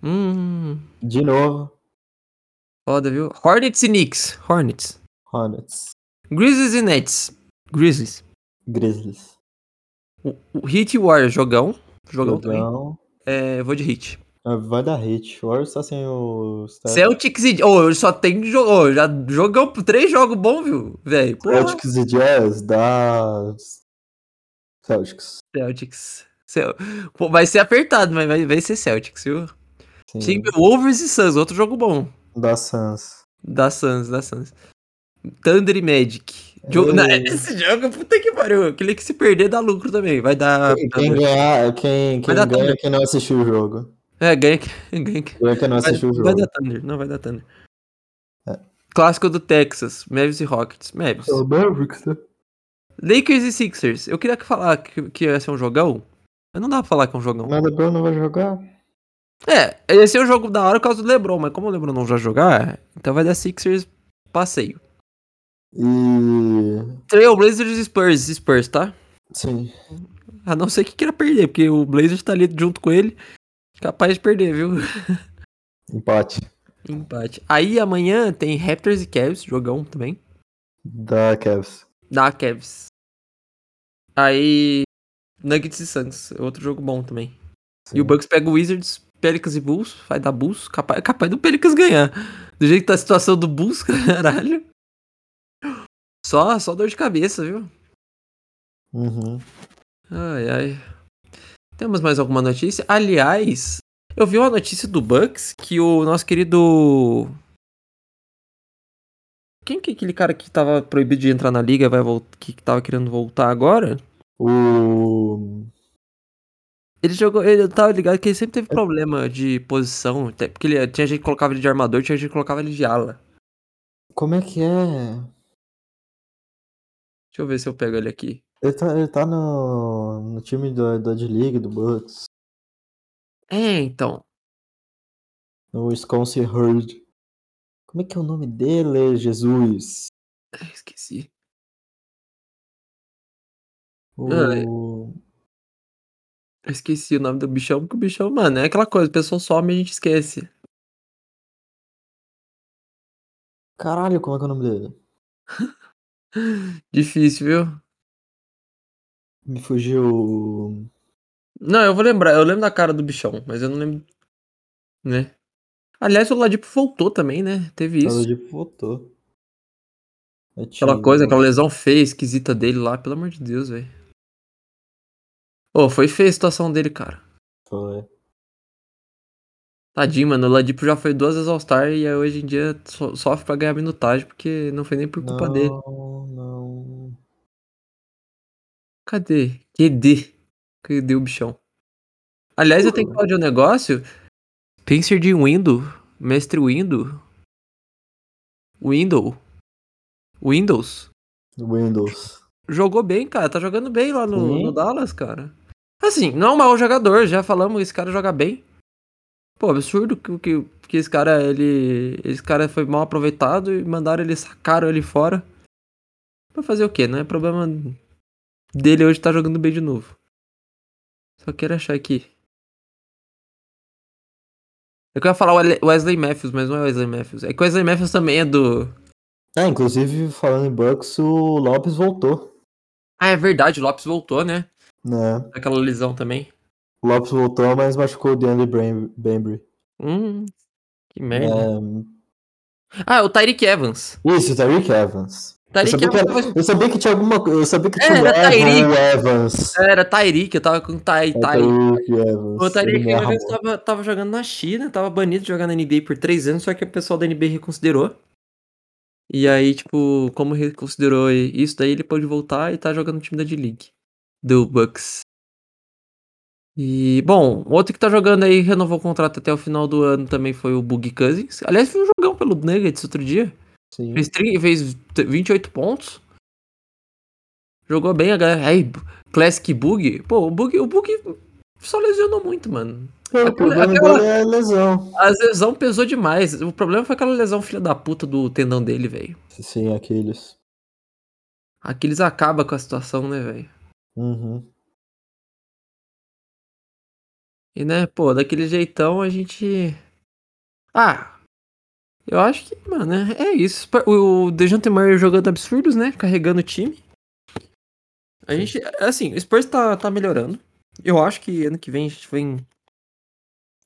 Hum,
de novo,
foda, viu? Hornets e Knicks. Hornets.
Hornets,
Grizzlies e Nets. Grizzlies.
Grizzlies.
O, o Heat e Warriors, jogão. Jogão também.
Jogão.
É, eu vou de Heat.
Ah, Vai dar hit, o Warriors tá sem o... Steph.
Celtics e... Ô, eu só tem jogo... Ô, já jogão... Três jogos bons, viu, velho? Porra.
Celtics e Jazz, dá... Celtics.
Celtics. Cel- Pô, vai ser apertado, mas vai, vai ser Celtics, viu?
Sim.
Timberwolves e Suns, outro jogo bom.
Dá Suns.
Da Suns, da Suns. Thunder e Magic. Jogo, na-
Ei.
esse jogo, puta que pariu. Aquele que se perder dá lucro também. Vai dar.
Quem- Quem ganhar, quem, quem
tá dar
ganha é
Thunder.
quem não assistiu o jogo.
É, ganha. que- ganha que-
Eu que não
Vai,
assisti o
vai
jogo.
dar Thunder. Não, vai dar Thunder. Clássico do Texas, Mavis e Rockets. Mavis.
É o Mavericks, né?
Lakers e Sixers. Eu queria que falar que, que ia ser um jogão. Mas não dá pra falar que é um jogão.
Mas o LeBron não vai jogar.
É, esse é o jogo da hora por causa do Lebron, mas como o Lebron não vai jogar, então vai dar Sixers passeio.
E.
Trail Blazers e Spurs, Spurs, tá?
Sim.
A não ser que queira perder, porque o Blazers tá ali junto com ele. Capaz de perder, viu?
Empate.
Empate. Aí amanhã tem Raptors e Cavs, jogão também.
Da Cavs.
Da Cavs. Aí. Nuggets e Suns, é outro jogo bom também. E o Bucks pega o Wizards, Pelicans e Bulls, vai dar Bulls, capaz, capaz do Pelicans ganhar. Do jeito que tá a situação do Bulls, caralho. Só, só dor de cabeça, viu?
Uhum.
Ai, ai. Temos mais alguma notícia? Aliás, eu vi uma notícia do Bucks que o nosso querido. Quem que é aquele cara que tava proibido de entrar na liga vai vol- que tava querendo voltar agora?
O.
Ele jogou. Ele eu tava ligado que ele sempre teve problema de posição. até Porque ele, tinha gente que colocava ele de armador, tinha gente que colocava ele de ala.
Como é que é?
Deixa eu ver se eu pego ele aqui.
Ele tá, ele tá no, no time da, da D-League, do Bucks.
É, então.
No Wisconsin Herd. Como é que é o nome dele? Jesus.
Ah, Esqueci. Ai.
O...
é. Eu esqueci o nome do bichão, porque o bichão, mano, é aquela coisa, o pessoal some e a gente esquece.
Caralho, como é que é o nome dele?
Difícil, viu?
Me fugiu. o-
Não, eu vou lembrar, eu lembro da cara do bichão, mas eu não lembro. Né? Aliás, o Ladipo voltou também, né? Teve
Ela
isso.
de voltou. É né? Eu
Aquela
tinha-
coisa, aquela lesão feia, esquisita dele lá, pelo amor de Deus, velho. Ô, foi feia a situação dele, cara.
Foi.
Tadinho, mano. O Ladipo já foi duas vezes All-Star e aí hoje em dia so- sofre pra ganhar minutagem porque não foi nem por culpa dele.
Não, não.
Cadê? QD. que deu o bichão. Aliás, eu tenho que falar de um negócio. Pincer de Windows, mestre Windows. Windows. Windows.
Windows.
Jogou bem, cara. Tá jogando bem lá no,
Sim.
no Dallas, cara. Assim, não é um mau jogador, já falamos, esse cara joga bem. Pô, absurdo que, que, que esse cara, ele. Esse cara foi mal aproveitado e mandaram ele, sacaram ele fora. Pra fazer o quê? Não é problema dele hoje tá jogando bem de novo. Só quero achar aqui. É Eu quero falar Wele- Wesley Matthews, mas não é Wesley Matthews. É que o Wesley Matthews também é do.
Ah, inclusive, falando em Bucks, o Lopes voltou.
Ah, é verdade, o Lopes voltou, né?
Né?
Daquela lesão também.
O Lopes voltou, mas machucou o DeAndre Bram- Bembry.
Hum, que merda.
É,
Ah, o Tyreek Evans.
isso, o Tyreek Evans. Eu
Tyreek
sabia, que
Evans.
era-
tava-
eu sabia que tinha alguma coisa. Eu sabia que
É,
tinha um
era Tyreek.
Evan Evans.
Ah, Era Tyreek, eu tava com Tai.
É,
Tai.
Tyreek é Evans.
O é Tyreek
Ele
Evans
erra.
tava, tava jogando na China, tava banido de jogar na NBA por três anos, só que o pessoal da NBA reconsiderou. E aí, tipo, como reconsiderou isso daí, ele pôde voltar e tá jogando no time da D-League. Do Bucks. E, bom, outro que tá jogando aí, renovou o contrato até o final do ano também foi o Boogie Cousins. Aliás, foi um jogão pelo Nuggets outro dia.
Sim.
Fez, tri- fez t- 28 pontos. Jogou bem a galera. Aí, B- Classic Bug. Pô, o Bug, o Bug só lesionou muito, mano.
O problema
aquela-
dele é lesão.
A lesão pesou demais. O problema foi aquela lesão filha da puta do tendão dele, velho.
Sim, aqueles.
Aquiles acaba com a situação, né, velho?
Uhum.
E, né, pô, daquele jeitão a gente... Ah, eu acho que, mano, é- é isso. O o Dejounte Murray jogando absurdos, né? Carregando o time. A gente, assim, o Spurs tá, tá melhorando. Eu acho que ano que vem a gente vem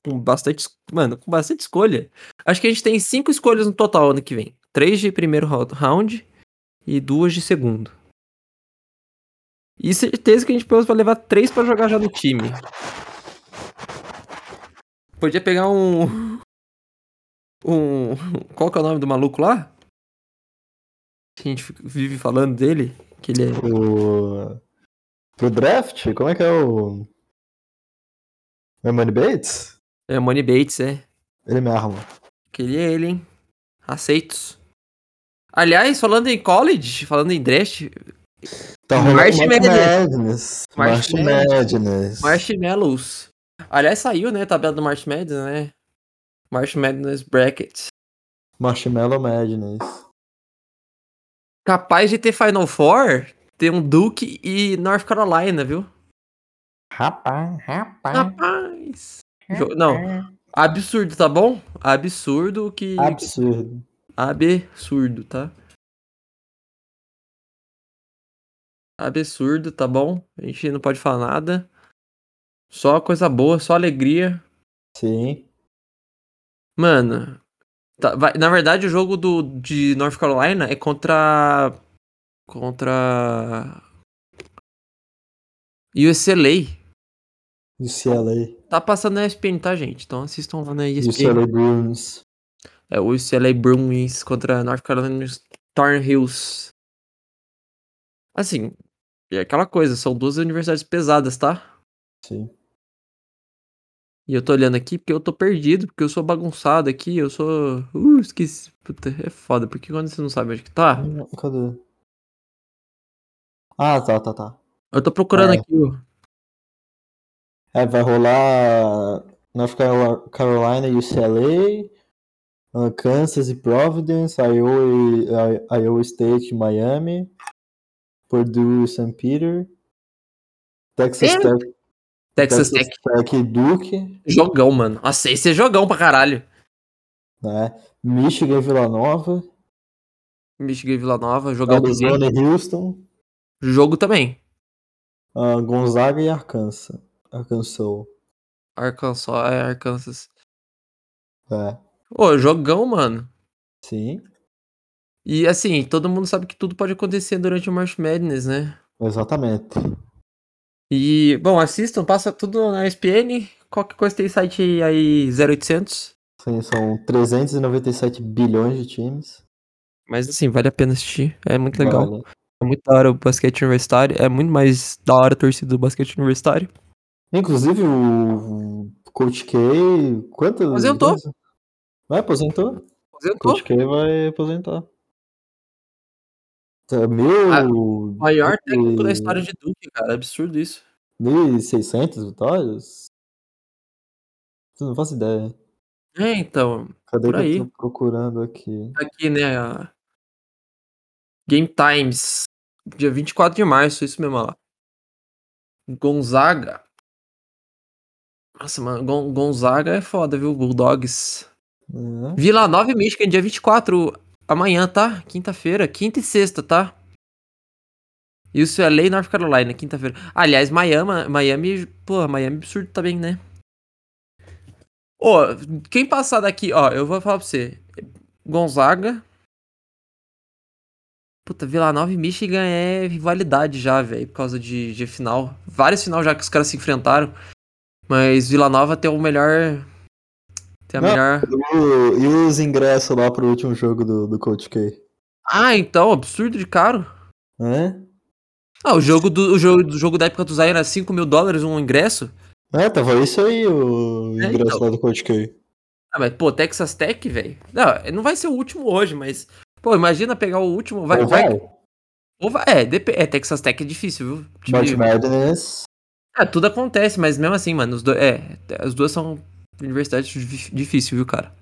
com bastante, es- mano, com bastante escolha. Acho que a gente tem cinco escolhas no total ano que vem. Três de primeiro rou- round e duas de segundo. E certeza que a gente pelo menos vai levar três pra jogar já no time. Podia pegar um um qual que é o nome do maluco lá? Que a gente fica- vive falando dele, que ele é
O... Pro draft? Como é que é o. É Money Bates?
É, Money Bates, é.
Ele me arma.
Queria ele, hein? Aceitos. Aliás, falando em college, falando em draft,
Tá rolando
March
March Madness.
March
March Madness.
Marshmallows. Aliás, saiu, né? Tabela do March Madness, né? March Madness Bracket.
Marshmallow Madness.
Capaz de ter Final Four, ter um Duke e North Carolina, viu?
Rapaz, rapaz.
Capaz. Jo- Não, absurdo, tá bom? Absurdo que...
Absurdo.
Absurdo, tá? Absurdo, tá bom? A gente não pode falar nada. Só coisa boa, só alegria.
Sim.
Mano, tá- vai- na verdade o jogo do, de North Carolina é contra. Contra. UCLA.
UCLA.
Tá passando na ESPN, tá, gente? Então assistam lá na ESPN.
UCLA Bruins.
É o UCLA Bruins contra North Carolina Thornhills. Assim, é aquela coisa, são duas universidades pesadas, tá?
Sim.
E eu tô olhando aqui porque eu tô perdido, porque eu sou bagunçado aqui, eu sou. Uh, esqueci. Puta, é foda, porque quando você não sabe onde que tá.
Cadê? Ah, tá, tá, tá.
Eu tô procurando
É.
aqui. ó.
É, vai rolar North Carol- Carolina e UCLA, uh, Kansas e Providence, Iowa, e- I- Iowa State e Miami, Purdue e St. Peter, Texas
É,
Tech,
Texas Tech.
Tech e Duke,
Jogão, mano. Nossa, esse é jogão pra caralho.
né? Michigan e Vila Nova,
Michigan e Vila Nova, jogão do Zen.
Arizona e Houston,
Jogo também.
uh, Gonzaga e Arkansas. Arkansas.
Arkansas, é, Arkansas.
É,
Ô, jogão, mano.
sim,
E assim, todo mundo sabe que tudo pode acontecer durante o March Madness, né?
exatamente.
E, bom, assistam, passa tudo na ESPN. Qualquer coisa tem site aí 0800.
Sim, são 397 bilhões de times.
Mas assim, vale a pena assistir. É muito legal.
Vale.
É muito da hora o basquete universitário. É muito mais da hora a torcida do basquete universitário.
Inclusive o o Coach K. Quanto?
Aposentou.
Vai, aposentou?
Aposentou.
Coach K vai aposentar. Tá, Mil.
Ah,
o
Maior técnico da história de Duke, cara. é Absurdo isso.
1.600 vitórias? Eu Não faço ideia.
É, então.
Cadê
Por
que
aí.
eu tô procurando aqui?
Aqui, né? a- Game Times. Dia 24 de março, isso mesmo, olha lá. Gonzaga. Nossa, mano, Gon- Gonzaga é foda, viu? Bulldogs.
É.
Vila Nova e Michigan, dia 24, amanhã, tá? Quinta-feira, quinta e sexta, tá? Isso é lei North Carolina, quinta-feira. Aliás, Miami, Miami, pô, Miami é absurdo também, né? Ô, quem passar daqui, ó, eu vou falar pra você. Gonzaga. Puta, Vila Nova e Michigan é rivalidade já, velho, por causa de, de final. Vários final já que os caras se enfrentaram. Mas Vila Nova tem o melhor. Tem a
Não,
melhor.
E, e os ingressos lá pro último jogo do, do Coach K?
Ah, então, absurdo de caro.
É?
Ah, o jogo do, o jogo, do jogo da época do Zion era 5 mil dólares um ingresso.
É, tava isso aí o
É,
ingresso
então.
lá do Coach K.
Ah, mas, pô, Texas Tech, velho. Não, não vai ser o último hoje, mas. Pô, imagina pegar o último. Vai,
Ou
vai,
vai.
ou vai- é, dep- é, Texas Tech é difícil, viu? Time-
March Madness.
Ah, tudo acontece, mas mesmo assim, mano, os dois. É, as duas são universidades dif- difícil, viu, cara?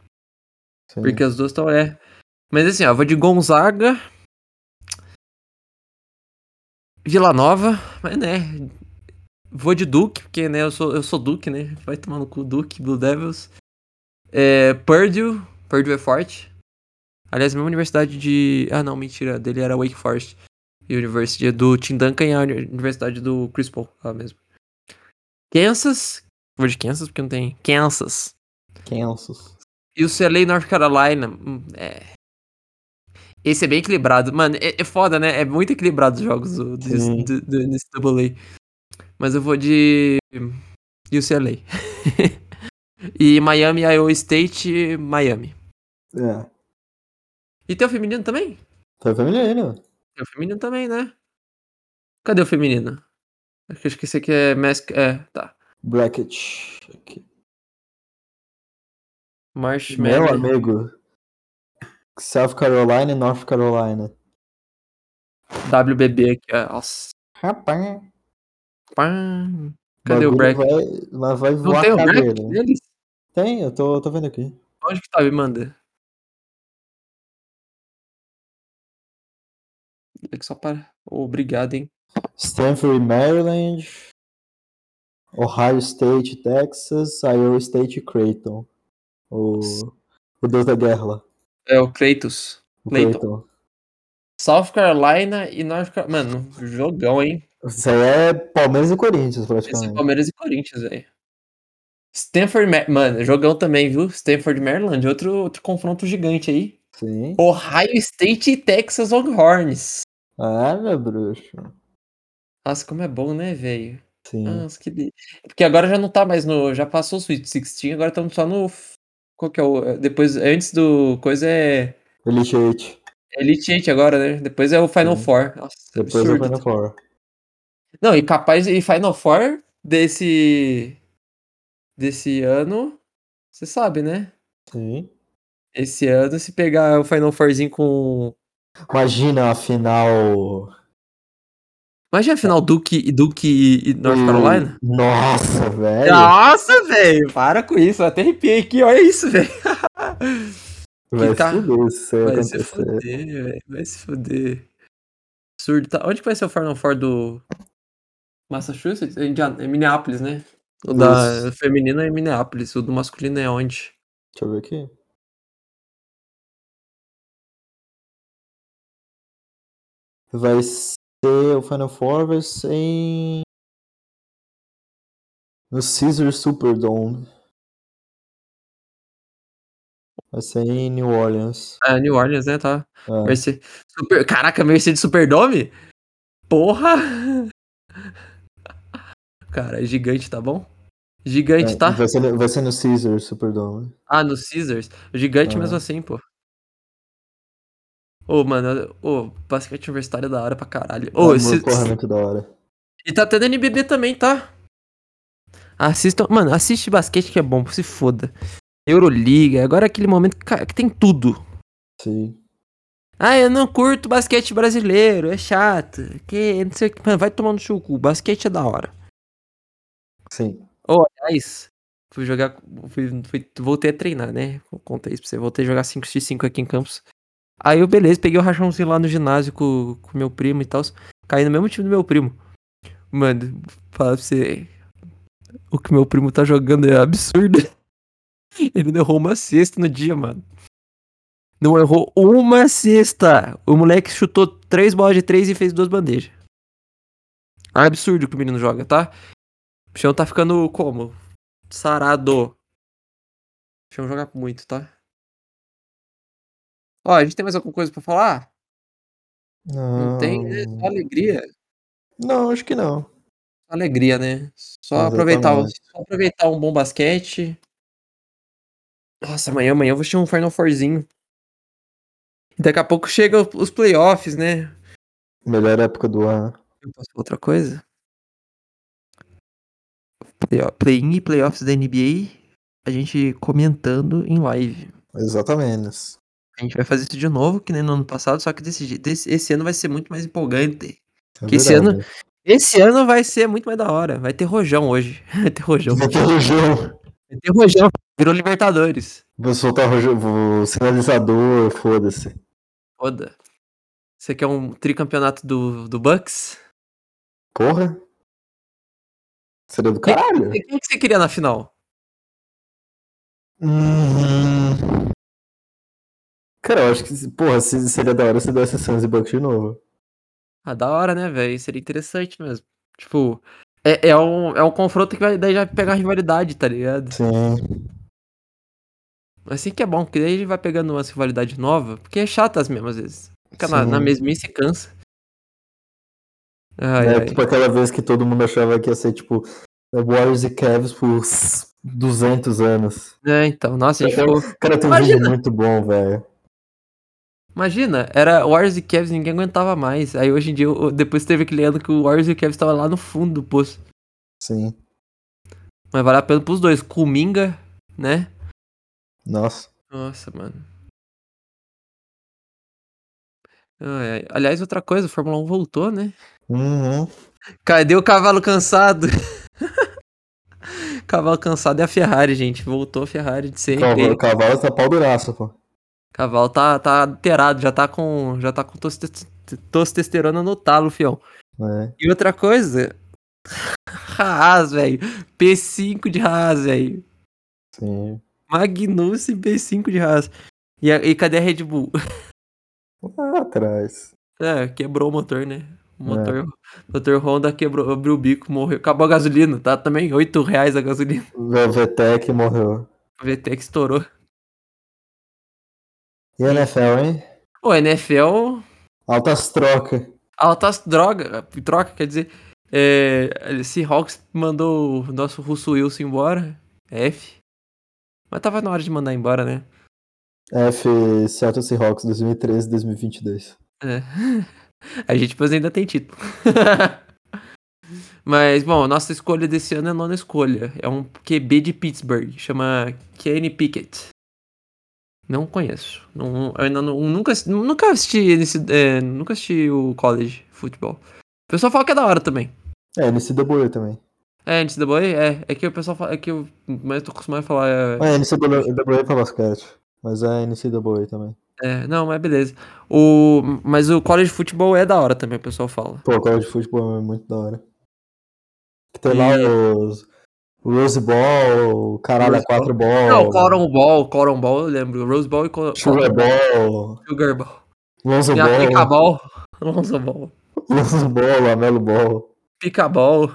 Sim.
Porque as duas estão. É. Mas assim, ó, vou de Gonzaga. Vila Nova, mas né. Vou de Duke, porque né, eu sou, eu sou Duke, né? Vai tomar no cu Duke, Blue Devils. É, Purdue, Purdue é forte. Aliás, mesma universidade de. Ah, não, mentira, dele era Wake Forest. University é do Tim Duncan e a uni- universidade do Chris Paul, lá mesmo. Kansas, vou de Kansas porque não tem. Kansas.
Kansas.
E o CLA North Carolina. hum, É. Esse é bem equilibrado. Mano, é, é foda, né? É muito equilibrado os jogos do, do,
Sim.
do, do NCAA. Mas eu vou de. UCLA. e Miami, Iowa State, Miami.
É.
E tem o feminino também?
Tá feminino.
Tem o feminino também, né? Cadê o feminino? Acho que- acho que esse aqui é Mask. É, tá.
Bracket. Aqui.
March
Meu
Madness.
amigo. South Carolina e North Carolina.
WBB aqui, ó. Nossa.
Rapaz.
Pá. Cadê o
bagulho
bracket?
Vai, mas vai
Não
voar
tem o
a cadeira.
bracket deles?
Tem, eu tô, tô vendo aqui.
Onde que tá? Me manda. É que só para. Obrigado, hein?
Stanford, Maryland. Ohio State, Texas. Iowa State, Creighton. O, o Deus da Guerra lá.
É o Kratos.
O
Creighton.
Creighton.
South Carolina e North Carolina. Mano, jogão, hein?
Isso aí é Palmeiras e Corinthians,
Esse é
praticamente.
Palmeiras e Corinthians, velho. Stanford, Ma- mano, jogão também, viu? Stanford e Maryland, outro, outro confronto gigante aí.
Sim.
Ohio State e Texas Longhorns.
Ah, meu bruxo.
Nossa, como é bom, né, velho?
Sim.
Nossa, que delícia. Porque agora já não tá mais no. Já passou o Sweet 16, agora estamos só no. Qual que é o. Depois, antes do. Coisa é.
Elite 8.
Elite 8 agora, né? Depois é o Final
Sim.
Four. Nossa,
Depois
absurdo.
eu vou fora.
Não, e capaz. E Final Four desse. Desse ano. Você sabe, né?
Sim.
Esse ano, se pegar o Final Fourzinho com.
Imagina a final.
Imagina a é final Duke e Duke e- e North Carolina. Ah,
Nossa, velho.
Hum. Nossa, velho! Para com isso, eu até arrepiei aqui, olha isso, velho.
Vai
que tá-
se fuder se isso aí
Vai se
acontecer.
fuder, é velho. Vai se fuder. Absurdo. Tá. Onde que vai ser o Final Four do Massachusetts? É Indiana- é Minneapolis, né? O da
Isso.
feminino é em Minneapolis. O do masculino é onde?
Deixa eu ver aqui. Vai ser o Final Four vai ser em. No Caesar Superdome. Vai ser em New Orleans.
Ah, New Orleans, né? Tá.
É.
Merce- Super... Caraca, Mercedes Superdome? Porra! Cara, é gigante, tá bom? Gigante,
É,
tá?
Vai ser, no- vai ser no Caesar Superdome.
Ah, no Caesars. Gigante
Aham.
mesmo assim, pô. Ô, mano, ô, basquete universitário é da hora pra caralho. Ô,
é,
se-
porra, muito da hora.
E tá tendo NBB também, tá? Assistam. Mano, assiste basquete que é bom, se foda. Euroliga, agora é aquele momento que, ca- que tem tudo.
Sim.
Ah, eu não curto basquete brasileiro, é chato. Que não sei o que. Mano, vai tomando seu cu. Basquete é da hora.
Sim.
Ô, aliás, fui jogar. fui- fui- voltei a treinar, né? Vou contar isso pra você. Voltei a jogar 5x5 aqui em Campos. Aí eu, beleza, peguei o rachãozinho lá no ginásio com, com meu primo e tal. Caí no mesmo time do meu primo. Mano, falar pra você. O que meu primo tá jogando é absurdo. Ele errou uma cesta no dia, mano. Não errou uma cesta. O moleque chutou três bolas de três e fez duas bandejas. Absurdo o que o menino joga, tá? O Chão tá ficando como? Sarado. O Chão joga muito, tá? Ó, a gente tem mais alguma coisa pra falar?
Não,
Não tem, né? Só alegria.
Não, acho que não.
Só alegria, né? Só aproveitar, o-
Exatamente.
só aproveitar um bom basquete. Nossa, amanhã, amanhã eu vou assistir um Final Fourzinho. Daqui a pouco chega os playoffs, né?
Melhor época do ano.
Eu posso falar outra coisa? Play- Play-in e playoffs da NBA, a gente comentando em live.
Exatamente.
A gente vai fazer isso de novo, que nem no ano passado, só que desse, je- desse- esse ano vai ser muito mais empolgante.
É
Que esse
verdade.
Esse ano vai ser muito mais da hora. Vai ter rojão hoje. Vai ter rojão.
Vou ter rojão.
Vai ter rojão. Virou Libertadores.
Vou soltar rojão. Vou sinalizador, foda-se.
Foda. Você quer um tricampeonato do, do Bucks?
Porra. Seria do caralho.
E Quem que você queria na final?
Hum. Cara, eu acho que, porra, se- seria da hora se desse Suns e Bucks de novo.
Ah, da hora, né, velho? Seria interessante mesmo. Tipo, é, é, um, é um confronto que vai daí já pegar rivalidade, tá ligado?
Sim.
Assim que é bom, porque daí ele vai pegando uma rivalidade nova, porque é chata as mesmas vezes. Fica na,
Sim.
na mesmice e cansa. Ai,
é,
ai.
tipo aquela vez que todo mundo achava que ia ser, tipo, Warriors e Cavs por s- 200 anos.
É, então, nossa, a gente ficou.
Cara, tem um
Imagina.
vídeo muito bom, velho.
Imagina, era Warriors e Cavs, ninguém aguentava mais. Aí hoje em dia, eu- depois teve aquele ano que o Warriors e o Cavs tava lá no fundo do poço.
Sim.
Mas vale a pena pros dois. Cominga, né?
Nossa.
Nossa, mano. Ai, ai. Aliás, outra coisa, a Fórmula 1 voltou, né?
Uhum.
Cadê o cavalo cansado? cavalo cansado é a Ferrari, gente. Voltou a Ferrari de sempre.
Cavalo, cavalo tá pau duraço, pô.
Cavalo tá, tá alterado, já tá com, já tá com tostes- tostesterona no talo, fião.
É.
E outra coisa, Haas, velho. P5 de Haas, velho.
Sim.
Magnussen P5 de Haas. E, a- e cadê a Red Bull?
Lá Ah, atrás.
É, quebrou o motor, né? O motor, motor Honda quebrou, abriu o bico, morreu. Acabou a gasolina, tá? Também R$ 8 reais a gasolina.
Velvetec morreu.
O VTEC estourou.
E a NFL, hein?
O NFL,
Altas trocas.
altas tá droga, troca, quer dizer, é, Seahawks mandou o nosso Russo Wilson embora, F. Mas tava na hora de mandar embora, né?
F Celtics Seahawks 2013 2022.
É. A gente depois ainda tem título. Mas, bom, nossa escolha desse ano é a nona escolha. É um QB de Pittsburgh, chama Kenny Pickett. Não conheço. Não, eu ainda não, nunca, assisti- nunca assisti nesse, é, nunca assisti o college futebol. O pessoal fala que é da hora também.
É, NCAA também.
É, NCAA? É. É que o pessoal fala. É que eu mais tô acostumado a falar. É,
Ah, NCAA é pra basquete. Mas é NCAA também.
é, não, mas beleza. O, mas o college futebol é da hora também, o pessoal fala.
Pô, o college de futebol é muito da hora. Que tem lá
E-
os. o Rose Ball, o caralho,
Rose
a quatro ball.
Não, Cotton Ball, Cotton Ball, eu lembro. Rose Ball e Co-
Sugar
Cotton
Ball,
Sugar Ball.
é Lonzo
Tem a Pica
Ball,
Ball. Lonzo Ball.
Lonzo Ball, Lamelo Ball.
Pica Ball.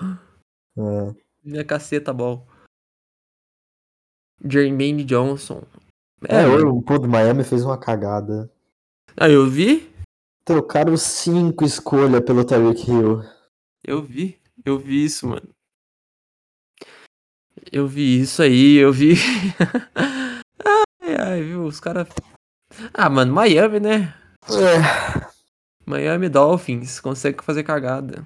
É.
Minha caceta Ball. Jermaine Johnson.
É,
É,
hoje
eu...
o clube do Miami fez uma cagada.
Ah, eu vi?
Trocaram cinco escolhas pelo Tyreek Hill.
Eu vi. Eu vi isso, mano. Eu vi isso aí, eu vi. ai, ai, viu? Os caras. Ah, mano, Miami, né?
É.
Miami Dolphins consegue fazer cagada.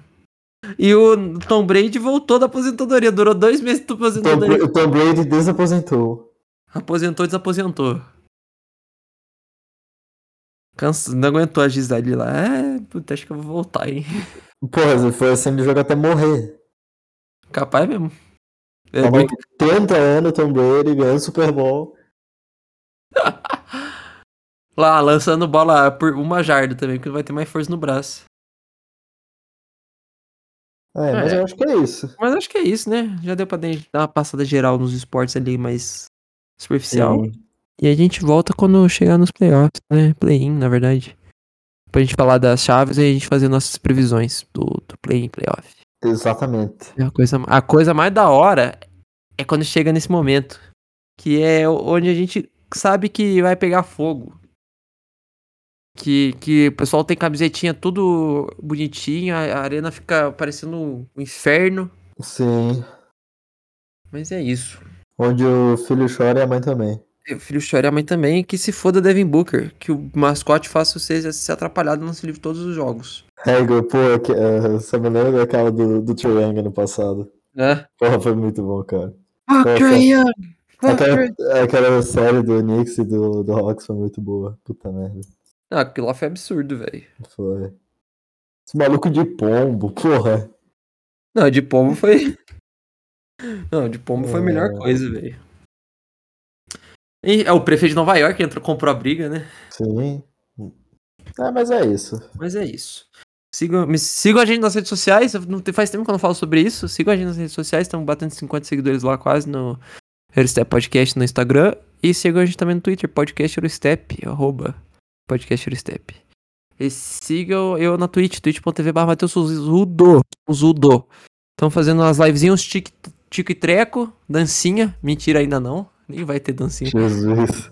E o Tom Brady voltou da aposentadoria. Durou dois meses da
Tom,
aposentadoria.
Bra- o Tom Brady desaposentou.
Aposentou, desaposentou. Cansa... Não aguentou a Gisele lá. É, puta, acho que eu vou voltar, hein?
Porra, foi assim de jogo até morrer.
Capaz mesmo. É,
Tava
muito-
80 anos, Tom Brady ganhando Super Bowl.
Lá, lançando bola por uma jarda também, porque não vai ter mais força no braço.
É, mas
É.
eu acho que é isso.
Mas acho que é isso, né? Já deu pra de- dar uma passada geral nos esportes ali mais superficial. E a gente volta quando chegar nos playoffs, né? Play-in, na verdade. Pra gente falar das chaves e a gente fazer nossas previsões do, do play-in, playoff.
Exatamente.
É A coisa, a coisa mais da hora é quando chega nesse momento. Que é onde a gente sabe que vai pegar fogo. Que, que o pessoal tem camisetinha tudo bonitinha, a arena fica parecendo um inferno.
Sim.
Mas é isso.
Onde o filho chora e a mãe também.
E O filho chora e a mãe também, que se foda Devin Booker. Que o mascote faça você se atrapalhado no lance livre todos os jogos.
É, Igor, pô, é que, é, você me lembra daquela do, do Triang no passado?
Né?
Porra, foi muito bom, cara.
Fuck
Nossa.
Ah, Trae Young! Fuck Trae
Aquela, aquela série do Knicks e do, do Hawks foi muito boa. Puta merda.
Não, aquilo lá foi absurdo, velho.
Foi. Esse maluco de pombo, porra.
Não, de pombo foi. Não, de pombo foi a melhor
É.
coisa, velho. E é o prefeito de Nova York que entrou, comprou a briga, né?
Sim. Ah, mas é isso.
Mas é isso. Sigam, me, sigam a gente nas redes sociais. eu não te- Faz tempo que eu não falo sobre isso. Sigam a gente nas redes sociais. Estamos batendo 50 seguidores lá quase no Eurostep Podcast no Instagram. E sigam a gente também no Twitter, podcast Eurostep, arroba podcast Eurostep. E sigam eu na Twitch, twitch.tv barra Matheus Zudo. Zudo. Estão fazendo umas livezinhas, uns tic- tico e treco, dancinha. Mentira, ainda não. Nem vai ter dancinha.
Jesus.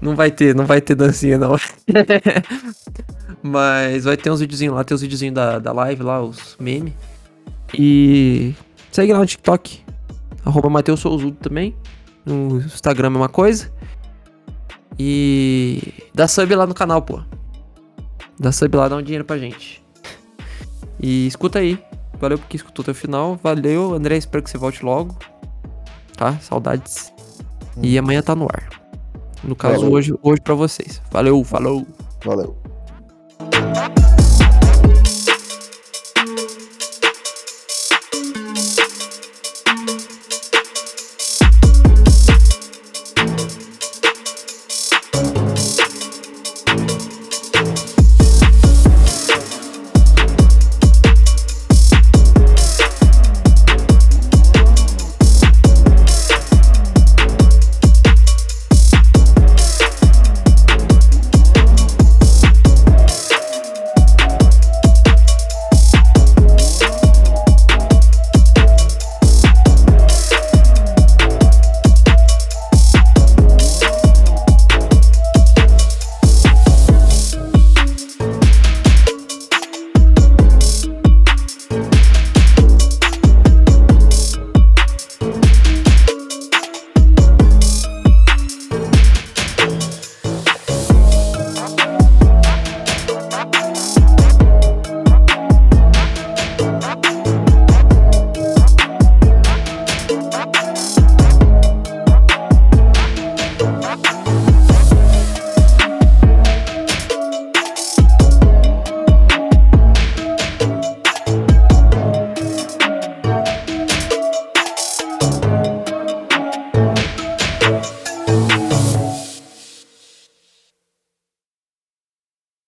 Não vai ter, não vai ter dancinha, não. Mas vai ter uns videozinhos lá, tem uns videozinhos da, da live lá, os memes. E segue lá no TikTok, arroba Matheus Souzudo também. No Instagram é uma coisa. E dá sub lá no canal, pô. Dá sub lá, dá um dinheiro pra gente. E escuta aí. Valeu porque escutou até o final. Valeu, André. Espero que você volte logo. Tá? Saudades. E amanhã tá no ar. No caso,
Valeu.
hoje, hoje pra vocês. Valeu, falou.
Valeu.